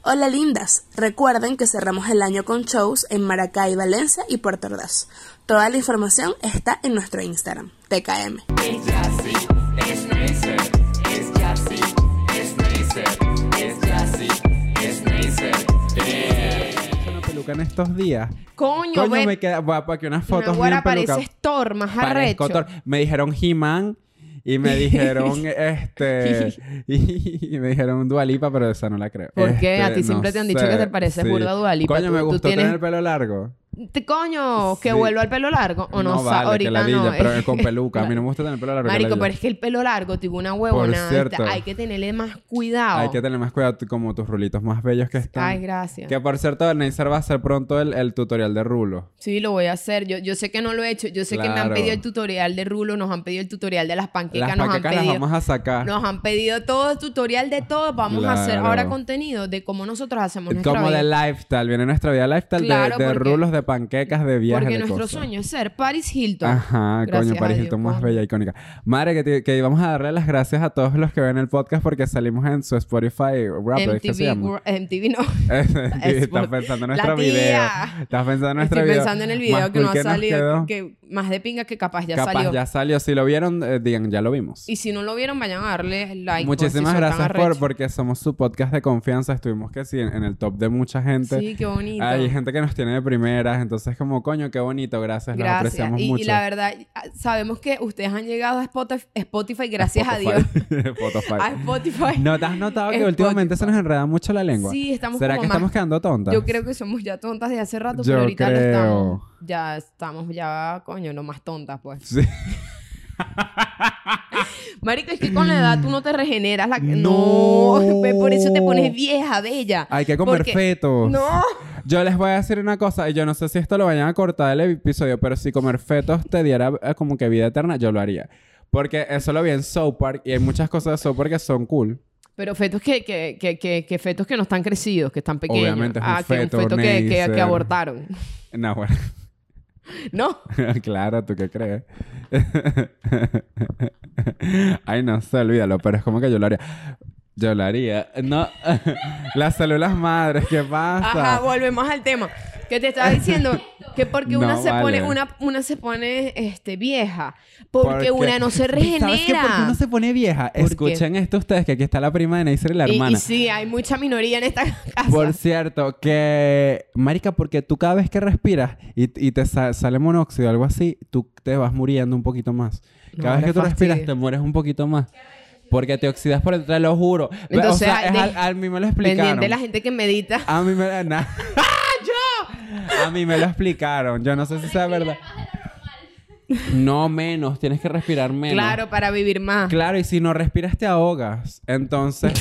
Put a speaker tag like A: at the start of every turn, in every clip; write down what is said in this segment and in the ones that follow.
A: Hola lindas, recuerden que cerramos el año con shows en Maracay, Valencia y Puerto Ordaz. Toda la información está en nuestro Instagram, TKM.
B: Es Jassy, es Nacer, es Jassy, es Nacer, es Jassy, es Nacer.
C: hice una peluca en estos días.
D: Coño,
C: Coño,
D: ven.
C: me queda guapa que unas
D: Una
C: fotos
D: guara
C: bien peluca.
D: pareces Thor, más
C: Parezco
D: arrecho.
C: Thor. Me dijeron He-Man y me dijeron este y, me dijeron Dualipa, pero esa no la creo.
D: ¿Por qué?
C: Este,
D: A ti siempre te han dicho que te pareces burda a Dua Lipa.
C: Coño,
D: Tú-
C: me
D: tú
C: gustó
D: tienes-
C: tener el pelo largo.
D: Te- Coño, que
C: Sí.
D: vuelva al pelo largo o no, sa-
C: vale,
D: ahorita
C: que la villa,
D: no. eh.
C: pero con peluca. A mí no me gusta tener el pelo largo. que
D: Marico,
C: ladilla.
D: pero es que el pelo largo, tipo una huevona,
C: cierto.
D: hay que tenerle más cuidado.
C: Hay que tener más cuidado t- como tus rulitos más bellos que están.
D: Ay, gracias.
C: que por cierto, Neisser va a hacer pronto el, el tutorial de rulo.
D: Sí, lo voy a hacer. Yo, yo sé que no lo he hecho. Yo sé que me han
C: Claro.
D: pedido el tutorial de rulo, nos han pedido el tutorial de las panquecas,
C: Las
D: nos han
C: paquecas las
D: pedido.
C: vamos a sacar.
D: Nos han pedido todo, tutorial de todo. Vamos a hacer
C: Claro.
D: ahora contenido de cómo nosotros hacemos nuestra
C: Como
D: vida.
C: de lifestyle, viene nuestra vida lifestyle de-
D: Claro,
C: de,
D: porque-
C: rulos, de panquecas, de viajes.
D: Porque
C: de
D: nuestro
C: cosas.
D: sueño es ser Paris Hilton.
C: Ajá,
D: Gracias
C: coño, Paris
D: a
C: Hilton
D: Dios,
C: más
D: coño.
C: bella, icónica. Madre, que, te- que vamos a darle las gracias a todos los que ven el podcast porque salimos en su Spotify Rap, Ah, ¿es que se
D: MTV,
C: llama?
D: Gr- MTV no.
C: Estás
D: Spot-
C: pensando en
D: La
C: nuestro video.
D: tía.
C: Estás pensando en nuestro
D: Estoy
C: video.
D: pensando en el video
C: Más
D: que no
C: cool
D: ha
C: nos quedó.
D: salido. Que más de pinga que capaz ya
C: Capaz
D: salió.
C: ya salió. Si lo vieron, eh, digan, ya lo vimos.
D: Y si no lo vieron, vayan a darle like. por si
C: Muchísimas
D: son tan
C: gracias por,
D: arrechos.
C: porque somos su podcast de confianza. Estuvimos que sí, en, en el top de mucha gente.
D: Sí, qué bonito.
C: Hay gente que nos tiene de primeras, entonces como coño, qué bonito, gracias, los
D: Gracias.
C: apreciamos
D: Y, y
C: mucho.
D: la verdad, ah, sabemos que ustedes han llegado a Spotif- Spotify, gracias a Dios.
C: Spotify. Spotify.
D: A Spotify.
C: ¿No te has notado que
D: Spotify.
C: últimamente se nos enreda mucho la lengua?
D: Sí, estamos
C: ¿Será
D: como
C: que
D: más-
C: estamos quedando tontas?
D: Yo creo que somos ya tontas de hace rato,
C: Yo
D: pero ahorita no
C: creo.
D: estamos. Ya estamos ya, coño, lo más tontas, pues.
C: Sí.
D: Marico, es que con la edad tú no te regeneras. La... No.
C: No.
D: ve, por eso te pones vieja, bella.
C: Hay que comer
D: Porque-
C: fetos.
D: No.
C: Yo les voy a decir una cosa, y yo no sé si esto lo vayan a cortar el episodio, pero si comer fetos te diera eh, como que vida eterna, yo lo haría. Porque eso lo vi en South Park y hay muchas cosas de South Park que son cool.
D: Pero fetos que, que, que, que, que fetos que no están crecidos, que están pequeños.
C: Obviamente es un
D: ah,
C: feto,
D: que un feto que, que-
C: Neisser.
D: que abortaron.
C: No, bueno.
D: No.
C: claro, ¿tú qué crees? Ay, no sé, olvídalo, pero es como que yo lo haría. Yo lo haría. No, las células madres, ¿qué pasa?
D: Ajá, volvemos al tema. Que te estaba diciendo que porque una
C: No,
D: se
C: vale.
D: pone, una, una se pone este, vieja. Porque, una no se regenera.
C: ¿Sabes qué? ¿Por qué uno se pone vieja?
D: ¿Por qué?
C: Escuchen esto ustedes, que aquí está la prima de Neisser y la
D: Y-
C: hermana.
D: Y, sí, hay mucha minoría en esta casa.
C: Por cierto, que... Marica, porque tú cada vez que respiras y, y te sa- sale monóxido o algo así, tú te vas muriendo un poquito más.
D: No,
C: Cada vez
D: me
C: que tú respiras te
D: fastidia.
C: mueres un poquito más. Porque te oxidas por detrás, lo juro. Ve, o
D: Entonces,
C: sea,
D: hay
C: es
D: de-
C: al, al mí me lo explicaron. Ah,
D: Pendiente ¡Ah, la gente que medita.
C: A mí me... na- A mí me lo explicaron. Yo no sé si sea verdad. No menos, tienes que respirar menos.
D: Claro, para vivir más.
C: Claro, y si no respiras te ahogas. Entonces,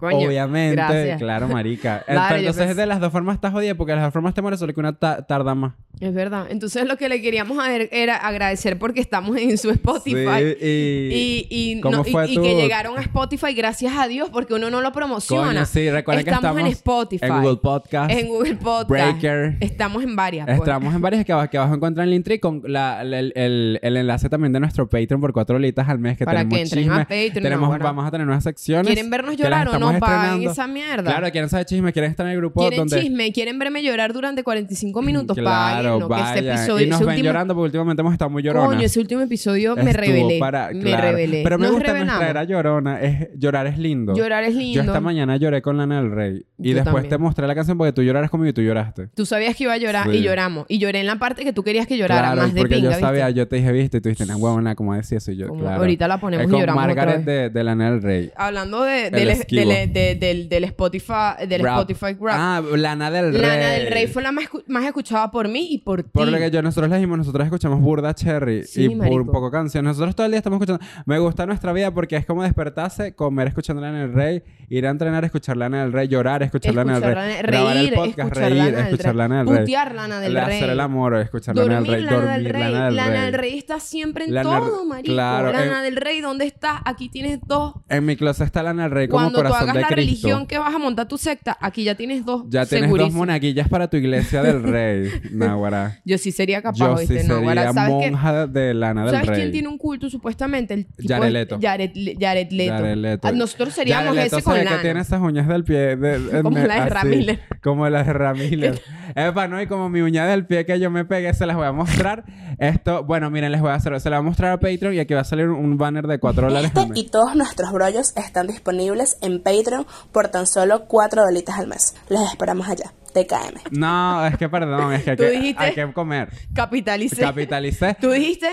D: Coño,
C: obviamente,
D: gracias.
C: claro, marica.
D: Claro, yo
C: Entonces,
D: pensé-
C: de las dos formas estás jodida porque de las dos formas te mueres, solo que una ta- tarda más.
D: Es verdad. Entonces lo que le queríamos a ver era agradecer porque estamos en su Spotify.
C: Sí,
D: Y, y,
C: ¿Cómo
D: no- y-
C: fue
D: y
C: tu-
D: que llegaron a Spotify, gracias a Dios, porque uno no lo promociona.
C: Coño, sí, recuerden que
D: estamos en
C: estamos
D: Spotify.
C: en Google Podcast,
D: En Google Podcast.
C: Breaker.
D: Estamos en varias. pues.
C: Estamos en varias que abajo, que abajo encuentran el Linktree con la- la- el, el- el enlace también de nuestro Patreon por cuatro horitas al mes que
D: Para
C: tenemos
D: que entren a
C: chisme.
D: Patreon, no,
C: tenemos,
D: ahora.
C: vamos a tener nuevas secciones.
D: ¿Quieren vernos
C: que las
D: llorar o
C: estamos
D: no? Paguen
C: estrenando.
D: esa mierda.
C: Claro, quieren saber chisme, quieren estar en el grupo
D: ¿Quieren
C: donde
D: chisme? ¿Quieren verme llorar durante 45 minutos?
C: Claro,
D: Páguenlo,
C: vayan.
D: Que este episodio,
C: y nos
D: ese
C: ven
D: último-
C: llorando porque últimamente hemos estado muy lloronas.
D: Coño, ese último episodio me
C: Estuvo
D: revelé.
C: para-
D: me
C: claro.
D: revelé.
C: Pero me
D: Nos
C: gusta nuestra
D: revelamos.
C: era llorona. Es, llorar es lindo.
D: Llorar es
C: Yo
D: lindo.
C: esta mañana lloré con Lana del Rey. Y
D: Yo
C: después
D: también.
C: te mostré la canción porque tú lloraras conmigo y tú lloraste.
D: Tú sabías que iba a llorar
C: Sí.
D: y lloramos. Y lloré en la parte que tú querías que llorara
C: claro, y
D: más de
C: porque
D: pinga,
C: yo sabía,
D: ¿viste?
C: yo te dije, viste, y tú dijiste, no, huevona, como decía eso. Y yo,
D: Como
C: claro.
D: ahorita la ponemos
C: Es
D: y
C: con
D: lloramos otra
C: Margaret
D: vez.
C: de, de Lana del Rey.
D: Hablando de,
C: El
D: del,
C: esquivo.
D: del- de- del- del Spotify, del
C: Rap.
D: Spotify Rap.
C: Ah, Lana del Rey.
D: Lana del Rey fue la más, escu- más escuchada por mí y por ti.
C: Por lo que yo, nosotros le dijimos, nosotros escuchamos Burda Cherry y
D: Sí,
C: por un
D: marico.
C: poco canciones. Nosotros todo el día estamos escuchando. Me gusta nuestra vida porque es como despertarse, comer escuchando Lana del Rey, ir a entrenar escuchar Lana del Rey, llorar escuchar Lana del Rey,
D: Escuchar Lana-
C: grabar el
D: reír,
C: podcast,
D: escuchar
C: reír,
D: Lana del
C: escuchar
D: Rey,
C: Lana del Rey,
D: putear Lana del
C: hacer
D: Rey,
C: el amor, escuchar Lana del
D: dormir
C: Rey,
D: Lana del
C: dormir
D: Rey,
C: Lana del
D: Lana
C: Rey.
D: del Rey está siempre en
C: Lana-
D: todo, marico.
C: claro, eh.
D: Lana
C: en-
D: del Rey, ¿dónde estás? Aquí tienes dos.
C: En mi closet está Lana del Rey como
D: Cuando tú
C: corazón
D: hagas
C: de
D: la
C: Cristo.
D: religión que vas a montar tu secta, aquí ya tienes dos.
C: Ya tienes dos
D: segurísimo.
C: monaguillas para tu iglesia del Rey, Náguara.
D: Yo sí sería capaz,
C: Yo sí
D: ¿oíste?
C: sería
D: no, Guara, ¿sabes qué?
C: monja de Lana del
D: ¿Sabes
C: Rey.
D: quién tiene un culto supuestamente? El tipo
C: Jared
D: de-
C: Leto.
D: Jared, Le- Jared Leto.
C: Jared Leto.
D: Ah, Nosotros seríamos
C: Jared Leto
D: ese
C: se ve
D: con
C: que tiene
D: Lana.
C: esas uñas del pie. de- de-
D: Como
C: me-
D: las de
C: así,
D: Ramírez.
C: Como las de Ramírez. Epa, no, y como mi uña del pie que yo me pegué, se las voy a mostrar. Esto, bueno, miren, les voy a hacer, se la voy a mostrar a Patreon y aquí va a salir un banner de 4 dólares. al
A: Este
C: mes.
A: y todos nuestros brollos están disponibles en Patreon por tan solo 4 dolitas al mes. Les esperamos allá. TKM.
C: No, es que perdón, es que hay,
D: Tú
C: que,
D: dijiste-
C: hay que comer.
D: Capitalicé.
C: Capitalicé.
D: Tú dijiste,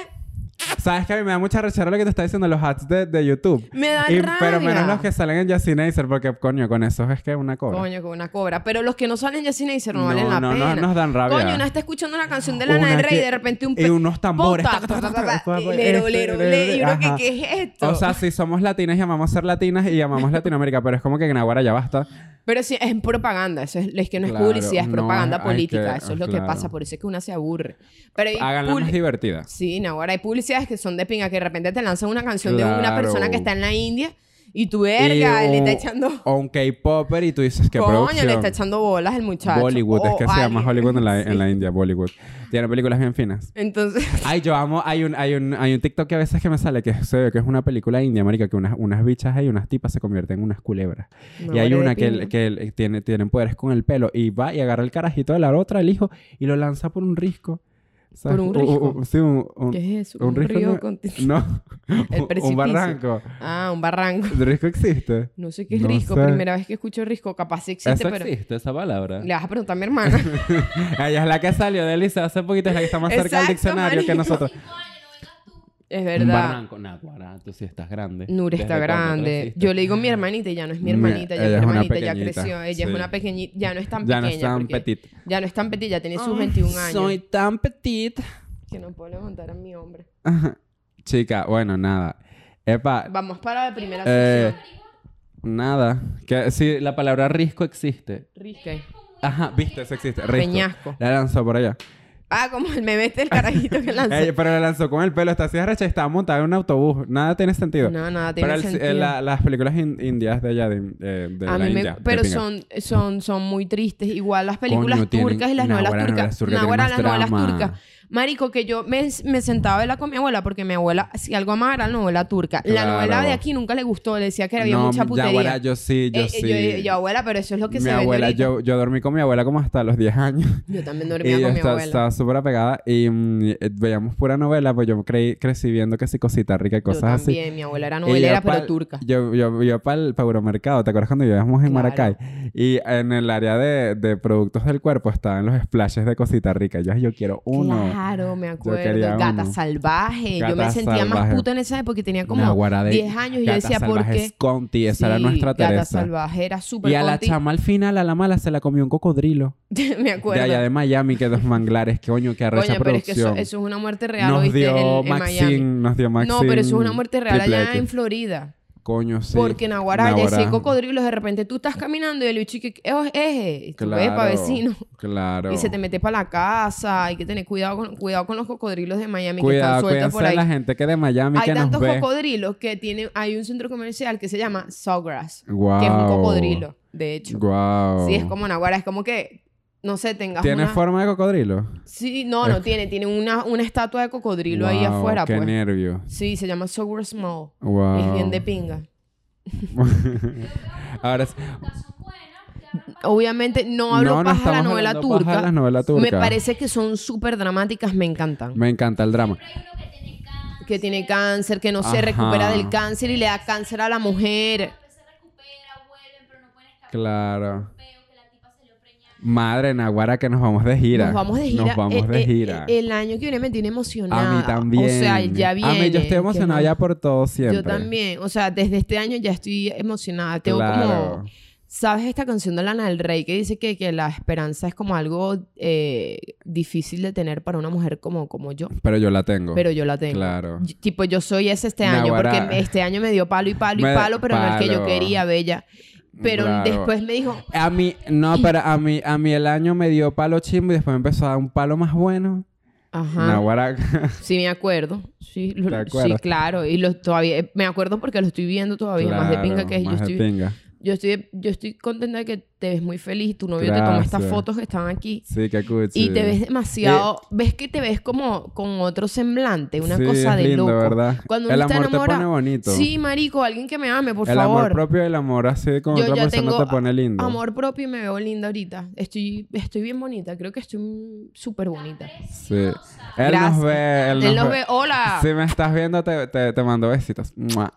C: Sabes que a mí me da mucha rechera lo que te está diciendo los hats de, de YouTube.
D: Me da
C: Pero
D: rabia.
C: menos los que salen en Yacinacer, porque coño, con esos es que es una cobra.
D: coño, con una cobra. Pero los que no salen ya sin Acer no,
C: No,
D: valen la
C: no, no,
D: pena.
C: nos dan rabia.
D: Coño, una está escuchando una canción de Lana
C: Una
D: del Rey
C: que-
D: y de repente un
C: y unos tambores.
D: Puta,
C: Taca, taca,
D: taca,
C: taca,
D: taca,
C: taca,
D: Lero,
C: este,
D: lero,
C: lero,
D: lero. Y uno que,
C: ajá.
D: ¿qué es esto?
C: O sea, si somos latinas y amamos ser latinas y amamos Latinoamérica, pero es como que en Aguara ya basta.
D: Pero sí, es propaganda. Eso es, es que no es
C: Claro,
D: publicidad, es
C: no,
D: propaganda
C: hay
D: política.
C: que-
D: eso es lo
C: claro.
D: que pasa. Por eso es que una se aburre. Pero hay
C: Háganla
D: publi-
C: más divertida.
D: Sí, no, ahora hay publicidades que son de pinga, que de repente te lanzan una canción de una
C: Claro.
D: persona que está en la India y tu verga,
C: Y
D: le está
C: un-
D: echando.
C: O un K-Popper y tú dices que
D: Coño,
C: producción.
D: le está echando bolas el muchacho. Oh,
C: Bollywood, es
D: O
C: que se llama
D: alguien.
C: Hollywood en la, en
D: Sí.
C: la India, Bollywood. Tiene películas bien finas.
D: Entonces,
C: Ay, yo amo. Hay un, hay un, hay un TikTok que a veces que me sale que se ve que es una película india, marica, que unas, unas bichas ahí, unas tipas se convierten en unas culebras.
D: No,
C: y hay
D: vale de
C: una que,
D: pinga.
C: que el- eh, tiene, tienen poderes con el pelo y va y agarra el carajito de la otra, el hijo, y lo lanza por un risco. ¿Sabes?
D: ¿Por un risco?
C: sí, un, un-
D: ¿qué es eso?
C: un risco
D: río
C: no-
D: con-
C: No,
D: El
C: un,
D: precipicio.
C: barranco.
D: Ah, un barranco.
C: ¿El risco existe?
D: No sé qué es
C: No
D: risco.
C: sé.
D: Primera vez que escucho risco. Capaz sí existe,
C: Eso
D: pero.
C: existe, esa palabra.
D: Le vas a preguntar a mi hermana.
C: Ella es la que salió de Elisa hace poquito, es la que está más cerca del
D: Exacto,
C: diccionario que
D: marico.
C: nosotros.
D: es
C: Un
D: verdad.
C: barranco, Naguará, tú sí estás grande.
D: Nure está
C: ¿Desde cuándo
D: grande.
C: creciste?
D: Yo le digo mi hermanita y ya no es mi
C: Mi-
D: hermanita,
C: ella
D: ya es
C: es
D: mi
C: una
D: hermanita, ya
C: pequeñita,
D: creció. Ella
C: sí.
D: es una pequeñita, ya no es tan
C: Ya no
D: pequeña.
C: es tan
D: porque-
C: petit.
D: Ya no es tan petit, ya tiene sus 21 años.
C: Soy tan petit.
D: Que no puedo levantar a mi hombre.
C: Chica, bueno, nada. Epa,
D: Vamos para la primera
C: eh,
D: sección.
C: nada. Que si la palabra risco existe.
D: Risque.
C: Ajá, viste, eso existe. Risco.
D: Peñasco.
C: La lanzó por allá.
D: Ah, como el meme este, el carajito que lanzó.
C: Ey, pero la lanzó con el pelo. Está así arrecha. Está montada en un autobús. Nada tiene sentido.
D: No, nada tiene
C: pero el-
D: sentido.
C: eh, la- las películas in- indias de allá, de, eh, de
D: a
C: la
D: mí me-
C: India. de
D: pero
C: pinga.
D: son, son, son muy tristes. Igual las películas
C: Coño, tienen-
D: turcas y las
C: Naguará,
D: novelas
C: novelas
D: turcas.
C: turcas,
D: Naguará, las
C: tienen más
D: novelas
C: drama.
D: turcas. Marico, que yo me, me sentaba a hablar con mi abuela porque mi abuela, si algo amaba era la novela turca.
C: Claro.
D: La novela de aquí nunca le gustó. Le decía que había
C: No,
D: mucha putería.
C: Ya, abuela, yo sí, yo
D: Eh, eh,
C: sí.
D: yo, yo, abuela, pero eso es lo que
C: mi
D: se
C: abuela,
D: vende ahorita.
C: yo, yo dormí con mi abuela como hasta los 10 años.
D: Yo también
C: Y
D: dormía
C: yo
D: con mi
C: esta-
D: abuela.
C: estaba súper apegada y mm, eh, veíamos pura novela, pues yo creí, crecí viendo que sí, cosita rica y
D: yo
C: cosas así.
D: también, mi abuela era
C: Y yo
D: novelera, pero
C: pa'l-
D: turca.
C: Yo, yo, yo para el Euromercado, ¿te acuerdas cuando vivíamos en
D: Claro.
C: Maracay? Y en el área de, de productos del cuerpo estaban los splashes de cosita rica. Yo, ay, yo quiero uno.
D: Claro, me acuerdo.
C: quería
D: Gata
C: uno.
D: salvaje. yo
C: Gata
D: me sentía
C: salvaje.
D: más puta en esa época porque tenía como
C: Naguará de
D: 10 años y yo
C: Gata
D: decía, ¿por
C: Salvaje
D: qué?
C: Sconti, esa era
D: Sí,
C: nuestra
D: Gata
C: Teresa.
D: salvaje era súper
C: Y a la
D: conti.
C: chama al final, a la mala, se la comió un cocodrilo.
D: me
C: De
D: acuerdo.
C: allá de Miami, que dos manglares, que coño, que arrecha
D: Coño, pero es que eso,
C: producción.
D: eso es una muerte real,
C: nos
D: ¿oíste? En-
C: dio
D: en,
C: Maxine,
D: Miami.
C: nos dio Maxine.
D: no, pero eso es una muerte real
C: Triple
D: allá
C: X.
D: en Florida.
C: Coño, sí.
D: Porque en Aguará, ya
C: Naguará.
D: hay cocodrilos, de repente tú estás caminando y el bicho que "Eh, eje, y tú ves
C: Claro,
D: para vecino.
C: Claro.
D: Y se te mete para la casa. Hay que tener cuidado con, cuidado con los cocodrilos de Miami
C: Cuidado,
D: que están sueltos
C: cuídense
D: por ahí.
C: la gente que de Miami
D: Hay
C: que nos
D: tantos
C: ve.
D: cocodrilos que tiene, hay un centro comercial que se llama Sawgrass, que es un
C: Guau.
D: cocodrilo, de hecho.
C: Guau.
D: Sí, es como Naguara, es como que, no sé, tengas
C: Oh. ¿Tiene
D: una...
C: forma de cocodrilo?
D: Sí, no, no tiene, tiene una, una estatua de cocodrilo ahí
C: Guau,
D: afuera,
C: qué
D: pues.
C: nervio.
D: Sí, se llama Sawgrass Mall.
C: Wow.
D: Es bien de pinga.
C: Ahora sí.
D: Obviamente no hablo
C: No, no
D: paja de la
C: estamos
D: novela
C: hablando paja de
D: turca.
C: la novela turca.
D: Me parece que son súper dramáticas, me encantan.
C: me encanta el drama.
D: Que tiene cáncer, que no
C: Mm. Ajá.
D: se recupera del cáncer y le da cáncer a la mujer.
C: Claro. Madre Naguara, que nos vamos de gira.
D: Nos vamos de gira.
C: Nos vamos
D: Eh,
C: de
D: eh,
C: gira.
D: eh, el año que viene me tiene emocionada.
C: a mí también.
D: O sea, ya viene.
C: A mí yo estoy
D: ¿Qué
C: emocionada
D: más?
C: ya por todo siempre.
D: Yo también. O sea, desde este año ya estoy emocionada. Tengo
C: Claro.
D: como... ¿Sabes esta canción de Lana del Rey que dice que, que la esperanza es como algo eh, difícil de tener para una mujer como, como yo?
C: Pero yo la tengo.
D: Pero yo la tengo.
C: Claro.
D: Y- tipo, yo soy ese este año,
C: Naguará.
D: porque este año me dio palo y palo y
C: Me-
D: palo, pero no es que yo
C: palo.
D: quería, bella. Pero
C: Claro.
D: después me dijo,
C: A mí, no, pero a mí, a mí el año me dio palo chimbo y después me empezó a dar un palo más bueno.
D: Ajá.
C: Naguará.
D: Sí, me acuerdo. Sí, lo-
C: ¿Te
D: sí
C: acuerdas?
D: claro. Y lo, todavía, eh, me acuerdo porque lo estoy viendo todavía. más de pinga
C: Claro,
D: que es. Yo
C: más de
D: estoy,
C: pinga.
D: yo, estoy, yo estoy contenta de que te ves muy feliz. Tu novio te tomó estas
C: Gracias.
D: fotos que están aquí.
C: Sí, qué cuchi.
D: Y te ves demasiado... Ves que te ves como con otro semblante. Una
C: Sí,
D: cosa
C: es
D: de
C: lindo,
D: loco.
C: ¿verdad?
D: Cuando uno
C: El
D: está
C: amor te
D: enamorado-
C: pone bonito.
D: Sí, marico. Alguien que me ame, por
C: el
D: favor.
C: amor propio y el amor así con
D: Yo
C: otra
D: ya
C: persona
D: tengo
C: te pone lindo.
D: Amor propio y me veo linda ahorita. Estoy, estoy bien bonita. Creo que estoy súper bonita.
C: Sí. Él
D: Gracias.
C: nos ve. Él,
D: Él nos ve. ¡Hola!
C: Si me estás viendo, te, te, te mando besitos. Mua.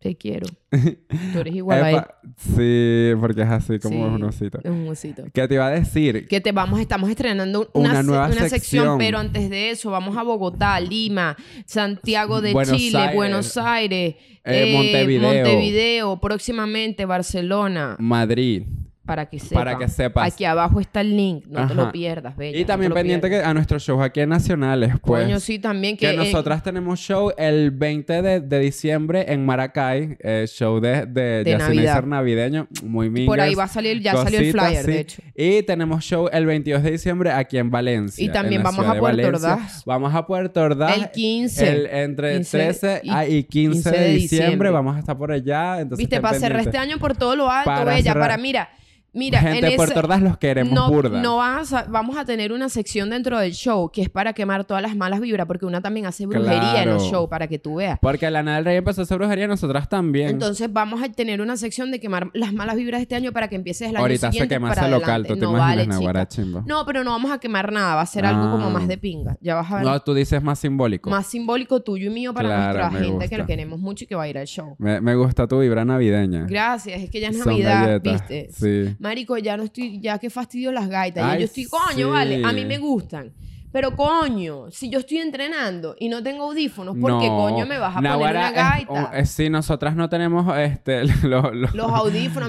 D: Te quiero. Tú eres igual a él.
C: Epa, Sí, porque es así como
D: Sí,
C: un osito.
D: Es un osito.
C: ¿Qué te iba a decir?
D: Que te vamos, estamos estrenando una,
C: Una
D: se-
C: nueva
D: una sección,
C: sección.
D: pero antes de eso vamos a Bogotá, Lima, Santiago de
C: Buenos
D: Chile,
C: Aires.
D: Buenos Aires,
C: Eh, Montevideo.
D: Montevideo, próximamente Barcelona,
C: Madrid.
D: para que sepas.
C: Para que sepas.
D: Aquí abajo está el link, no te lo
C: Ajá.
D: pierdas, bella.
C: y también pendiente que a nuestros shows aquí en Nacionales, pues.
D: Coño, sí, también que...
C: Que
D: eh,
C: nosotras tenemos show el 20 de, de diciembre en Maracay, eh, show de, de, Yasin
D: Navidad.
C: Acer navideño, muy bien.
D: Por ahí va a salir, ya salió el flyer, de hecho.
C: Y tenemos show el 22 de diciembre aquí en Valencia.
D: Y
C: en
D: también
C: la
D: vamos
C: ciudad
D: a
C: de
D: Puerto
C: Valencia.
D: Ordaz.
C: Vamos a Puerto Ordaz.
D: El 15.
C: el- entre
D: 15
C: 13
D: y-
C: ah, y, 15,
D: 15
C: de
D: de
C: diciembre.
D: diciembre.
C: Vamos a estar por allá. Entonces,
D: Viste,
C: estén
D: para cerrar
C: pendientes.
D: este año por todo lo alto,
C: Para
D: bella,
C: cerrar-
D: para mira. Mira,
C: Gente
D: en
C: de
D: ese-
C: Puerto Ordaz los queremos
D: no,
C: burda.
D: no vas a- vamos a tener una sección dentro del show que es para quemar todas las malas vibras, porque una también hace brujería en los
C: Claro.
D: shows, para que tú veas.
C: Porque Lana del Rey empezó a hacer brujería, nosotras también.
D: Entonces vamos a tener una sección de quemar las malas vibras este año para que empieces el año
C: Ahorita se
D: siguiente
C: quema
D: para
C: ese local,
D: adelante.
C: tú te
D: no
C: imaginas,
D: vale,
C: Naguará,
D: chica.
C: chimbo.
D: No, pero no vamos a quemar nada, va a ser algo como
C: Ah.
D: más de pinga. Ya vas a ver.
C: No, tú dices más simbólico.
D: más simbólico tuyo y mío para
C: Claro, me
D: nuestra gente que
C: gusta.
D: lo queremos mucho y que va a ir al show.
C: Me, me gusta tu vibra navideña.
D: Gracias, es que ya es
C: Son
D: Navidad,
C: galletas,
D: ¿viste?
C: sí.
D: Marico, ya no estoy, ya que fastidio las gaitas. ya
C: Ay,
D: yo estoy, coño,
C: sí.
D: vale, a mí me gustan. Pero coño, si yo estoy entrenando y no tengo audífonos, ¿por qué
C: No,
D: coño me vas a poner
C: Naguará
D: una
C: es-
D: gaita?
C: o- eh, sí, nosotras no tenemos este, lo- lo-
D: los audífonos,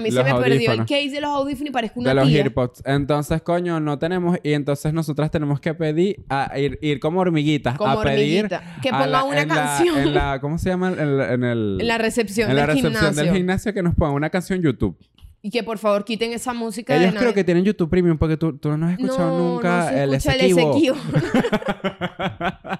D: a mí se
C: los
D: me perdió el
C: audífonos.
D: case de los audífonos y parezco una
C: de los
D: tía.
C: earpods. Entonces, coño, no tenemos. Y entonces nosotras tenemos que pedir, a ir, ir como hormiguitas,
D: Como
C: a pedir.
D: hormiguita. Que
C: a
D: ponga una
C: en
D: canción.
C: en la, ¿Cómo se llama? En, la- en el.
D: En la recepción
C: en la
D: del
C: recepción
D: gimnasio.
C: del gimnasio que nos ponga una canción YouTube.
D: Y que por favor quiten esa música
C: Ellos
D: de
C: creo
D: Navidad.
C: que tienen YouTube Premium porque tú, tú no has escuchado
D: no,
C: nunca
D: no se
C: el
D: escucha
C: Esequibo.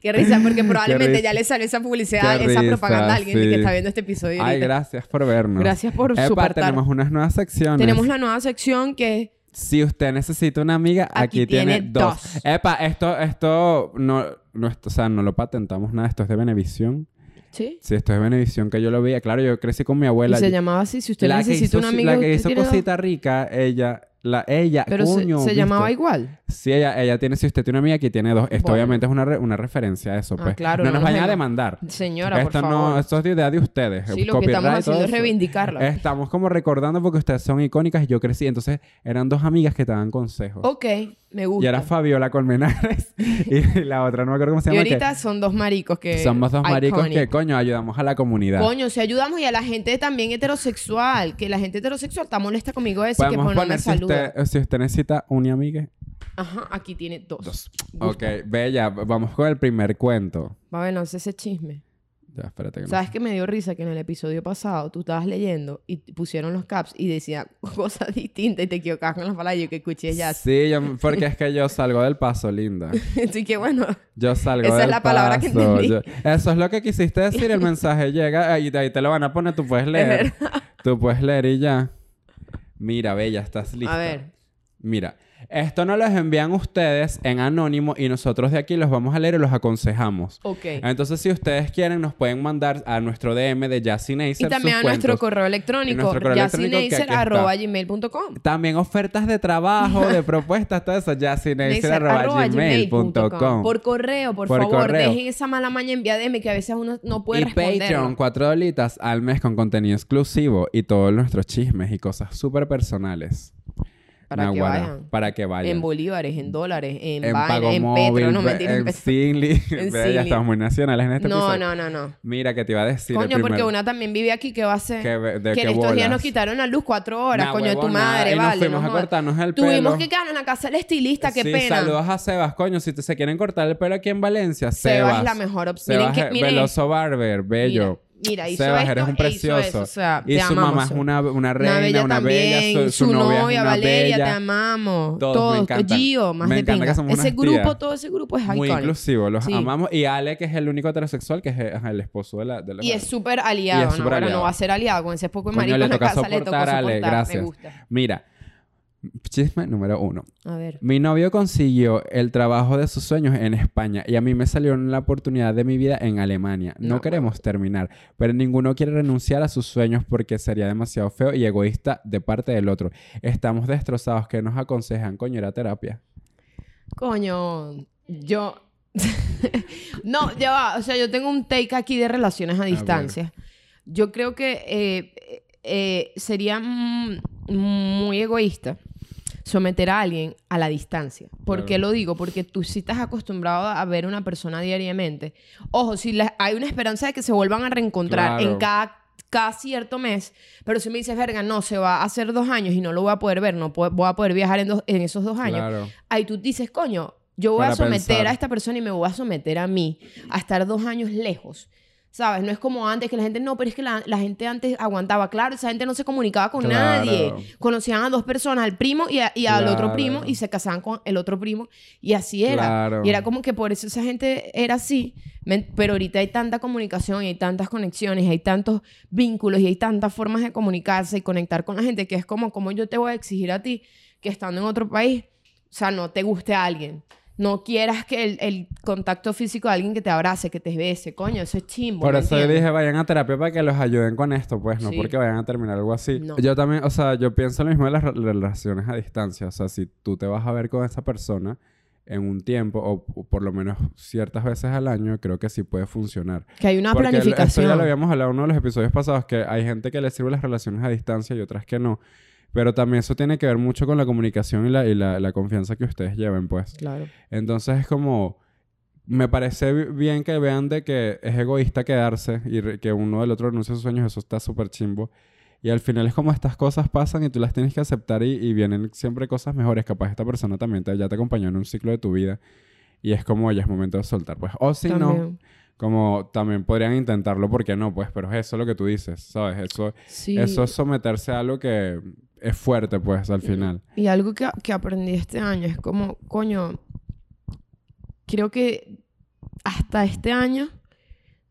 D: Qué risa, porque probablemente
C: risa.
D: ya le salió esa publicidad,
C: Qué
D: esa
C: risa,
D: propaganda a alguien
C: sí.
D: que está viendo este episodio.
C: Ay,
D: ahorita.
C: gracias por vernos.
D: Gracias por
C: Epa,
D: soportar.
C: tenemos unas nuevas secciones.
D: Tenemos la nueva sección que
C: Si usted necesita una amiga,
D: Aquí
C: aquí,
D: tiene
C: tiene, dos.
D: dos.
C: Epa, esto, esto no, no, esto- o sea, no lo patentamos nada. Esto es de Benevisión.
D: ¿Sí?
C: Sí, esto es de Benevisión que yo lo vi. Claro, yo crecí con mi
D: Y
C: abuela.
D: se llamaba así, si usted
C: la que
D: necesita
C: hizo,
D: una amiga,
C: la que
D: usted
C: hizo
D: tiene dos.
C: cosita rica, ella, la, ella,
D: Pero se-
C: coño,
D: se,
C: ¿viste?
D: llamaba igual.
C: Sí, ella, ella tiene, si usted tiene una amiga, aquí tiene dos. Esto
D: Bueno.
C: obviamente es una, re- una referencia a eso,
D: Ah,
C: pues.
D: claro,
C: no, nos
D: no nos
C: vayan a
D: hagan-
C: demandar.
D: Señora, por
C: esto
D: favor.
C: no, esto es de idea de ustedes.
D: Sí, lo que
C: Copyright,
D: estamos haciendo
C: todo
D: es
C: eso.
D: reivindicarla.
C: Estamos como recordando porque ustedes son icónicas y yo crecí. Entonces, eran dos amigas que te daban consejos.
D: Ok, me gusta.
C: Y era Fabiola Colmenares y la otra, no me acuerdo cómo se
D: Y
C: llama. que
D: ahorita son dos maricos que...
C: somos dos maricos
D: iconic.
C: que, coño, ayudamos a la comunidad.
D: Coño, si ayudamos y a la gente también heterosexual, que la gente heterosexual está molesta conmigo de decir que
C: Podemos este
D: pues, no me
C: poner si
D: saluda.
C: usted, si usted necesita una amiga.
D: Ajá, aquí tiene dos.
C: Ok,
D: Gusta.
C: bella, vamos con el primer cuento.
D: Va a sé ese chisme.
C: Ya, espérate que no-
D: ¿Sabes que me dio risa que en el episodio pasado tú estabas leyendo y t- pusieron los caps y decía cosas distintas y te equivocabas con las palabras y yo que escuché ya.
C: Sí, yo- porque es que yo salgo del paso, linda.
D: Así que bueno,
C: Yo salgo
D: Esa es
C: del
D: la palabra que
C: paso.
D: entendí.
C: Yo- eso es lo que quisiste decir. El mensaje llega y de ahí te lo van a poner. Tú puedes leer. Tú puedes leer y ya. Mira, Bella, estás lista.
D: a ver.
C: Mira, esto no los envían ustedes en anónimo y nosotros de aquí los vamos a leer y los aconsejamos.
D: Ok.
C: Entonces, si ustedes quieren, nos pueden mandar a nuestro DM de Jazzin
D: Y también a nuestro correo electrónico,
C: nuestro correo electrónico que aquí
D: yacineisser
C: está.
D: arroba gmail.com
C: También ofertas de trabajo, de propuestas, todo eso.
D: Neisser arroba
C: jazzynacer.gmail.com.
D: Por correo, por,
C: Por
D: favor,
C: correo.
D: dejen esa mala maña en DM que a veces uno no puede
C: Y Patreon,
D: responder.
C: cuatro dolitas al mes con contenido exclusivo y todos nuestros chismes y cosas súper personales.
D: Para que
C: Naguará,
D: vayan.
C: Para que vayan.
D: En bolívares, en dólares, en,
C: En
D: vaina,
C: pago
D: en
C: móvil,
D: Petro, no
C: ve-
D: mentira, en
C: en
D: Petro.
C: Zinli. Ve,
D: En Zinli.
C: Ya estamos muy nacionales en este
D: No,
C: episodio.
D: no, no, no.
C: Mira, que te iba a decir el
D: Coño,
C: primer-
D: porque una también vive aquí que va a ser.
C: Que ve- de
D: que en
C: qué
D: estos días
C: bolas.
D: nos quitaron la luz cuatro horas,
C: Nah,
D: coño, de tu
C: huevona,
D: madre,
C: y nos
D: vale.
C: fuimos
D: no
C: a
D: jodas.
C: cortarnos el
D: Tuvimos
C: pelo.
D: que quedarnos en la casa del estilista, qué
C: sí,
D: pena.
C: saludos a Sebas, coño. Si te, se quieren cortar el pelo aquí en Valencia,
D: Sebas
C: Sebas.
D: es la mejor opción.
C: Sebas
D: Miren que-
C: es
D: miren.
C: Veloso Barber, bello.
D: Mira, mira, hizo
C: Sebas,
D: esto
C: eres un
D: e hizo
C: precioso.
D: eso. O sea,
C: Y
D: te
C: su
D: amamos,
C: mamá es
D: Sebas.
C: una, una reina, una bella, su, su novia, es una
D: Valeria, te
C: bella.
D: amamos.
C: Todos,
D: Todos,
C: me encantan.
D: Gio, más
C: Me
D: de
C: encanta
D: pinga.
C: que somos
D: Ese
C: unas
D: grupo,
C: tías.
D: todo ese grupo es
C: Muy
D: icónico.
C: inclusivo, los
D: Sí.
C: amamos. Y Ale, que es el único heterosexual, que es eh, ajá, el esposo de la... De la
D: Y es súper
C: Y
D: aliado,
C: es
D: ¿no?
C: súper
D: Ahora
C: aliado.
D: no va a ser aliado con ese poco de
C: Coño,
D: marico
C: le
D: en la
C: toca
D: casa, le
C: soportar,
D: tocó
C: Ale,
D: soportar.
C: gracias.
D: Me gusta.
C: Mira, chisme número uno.
D: A ver.
C: Mi novio consiguió el trabajo de sus sueños en España y a mí me salió la oportunidad de mi vida en Alemania. No,
D: No,
C: queremos terminar, pero ninguno quiere renunciar a sus sueños porque sería demasiado feo y egoísta de parte del otro. Estamos destrozados. ¿Qué nos aconsejan? Coño, era terapia.
D: Coño, yo... no, ya va. O sea, yo tengo un take aquí de relaciones a distancia. Yo creo que eh, eh, sería mm, muy egoísta someter a alguien a la distancia. ¿Por
C: Claro.
D: qué lo digo? Porque tú sí estás acostumbrado a ver una persona diariamente. Ojo, si la- hay una esperanza de que se vuelvan a reencontrar
C: Claro.
D: en cada, cada cierto mes, pero si me dices, verga, no, se va a hacer dos años y no lo voy a poder ver, no po- voy a poder viajar en, dos- en esos dos años
C: Claro.
D: ahí tú dices, coño, yo voy
C: Para
D: a someter
C: pensar.
D: a esta persona y me voy a someter a mí a estar dos años lejos. ¿Sabes? No es como antes que la gente, no, pero es que la, la gente antes aguantaba, claro, esa gente no se comunicaba con
C: Claro.
D: nadie. Conocían a dos personas, al primo y, a- y al
C: Claro.
D: otro primo, y se casaban con el otro primo, y así era.
C: Claro.
D: Y era como que por eso esa gente era así, men- pero ahorita hay tanta comunicación y hay tantas conexiones, y hay tantos vínculos y hay tantas formas de comunicarse y conectar con la gente que es como, como yo te voy a exigir a ti que estando en otro país, o sea, no te guste a alguien. No quieras que el, el contacto físico de alguien que te abrace, que te bese, coño, eso es chimbo.
C: Por
D: ¿me
C: eso yo
D: entiendes?
C: dije, vayan a terapia para que los ayuden con esto, pues, no
D: Sí.
C: porque vayan a terminar algo así.
D: No.
C: Yo también, o sea, yo pienso lo mismo de las re- relaciones a distancia. O sea, si tú te vas a ver con esa persona en un tiempo, o, o por lo menos ciertas veces al año, creo que sí puede funcionar.
D: Que hay una
C: Porque el- Esto
D: planificación.
C: ya lo habíamos hablado en uno de los episodios pasados, que hay gente que le sirve las relaciones a distancia y otras que no. Pero también eso tiene que ver mucho con la comunicación y la, y la, la confianza que ustedes lleven, pues.
D: Claro.
C: Entonces es como... Me parece bi- bien que vean de que es egoísta quedarse y re- que uno del otro renuncie a sus sueños. Eso está súper chimbo. Y al final es como estas cosas pasan y tú las tienes que aceptar y, y vienen siempre cosas mejores. Capaz esta persona también te, ya te acompañó en un ciclo de tu vida. Y es como, ya es momento de soltar, pues. O si no,
D: También.
C: como también podrían intentarlo, ¿por qué no? Pues, pero es eso lo que tú dices, ¿sabes? Eso,
D: Sí.
C: eso es someterse a algo que es fuerte, pues, al final.
D: Y algo que, que aprendí este año es como, coño, creo que hasta este año,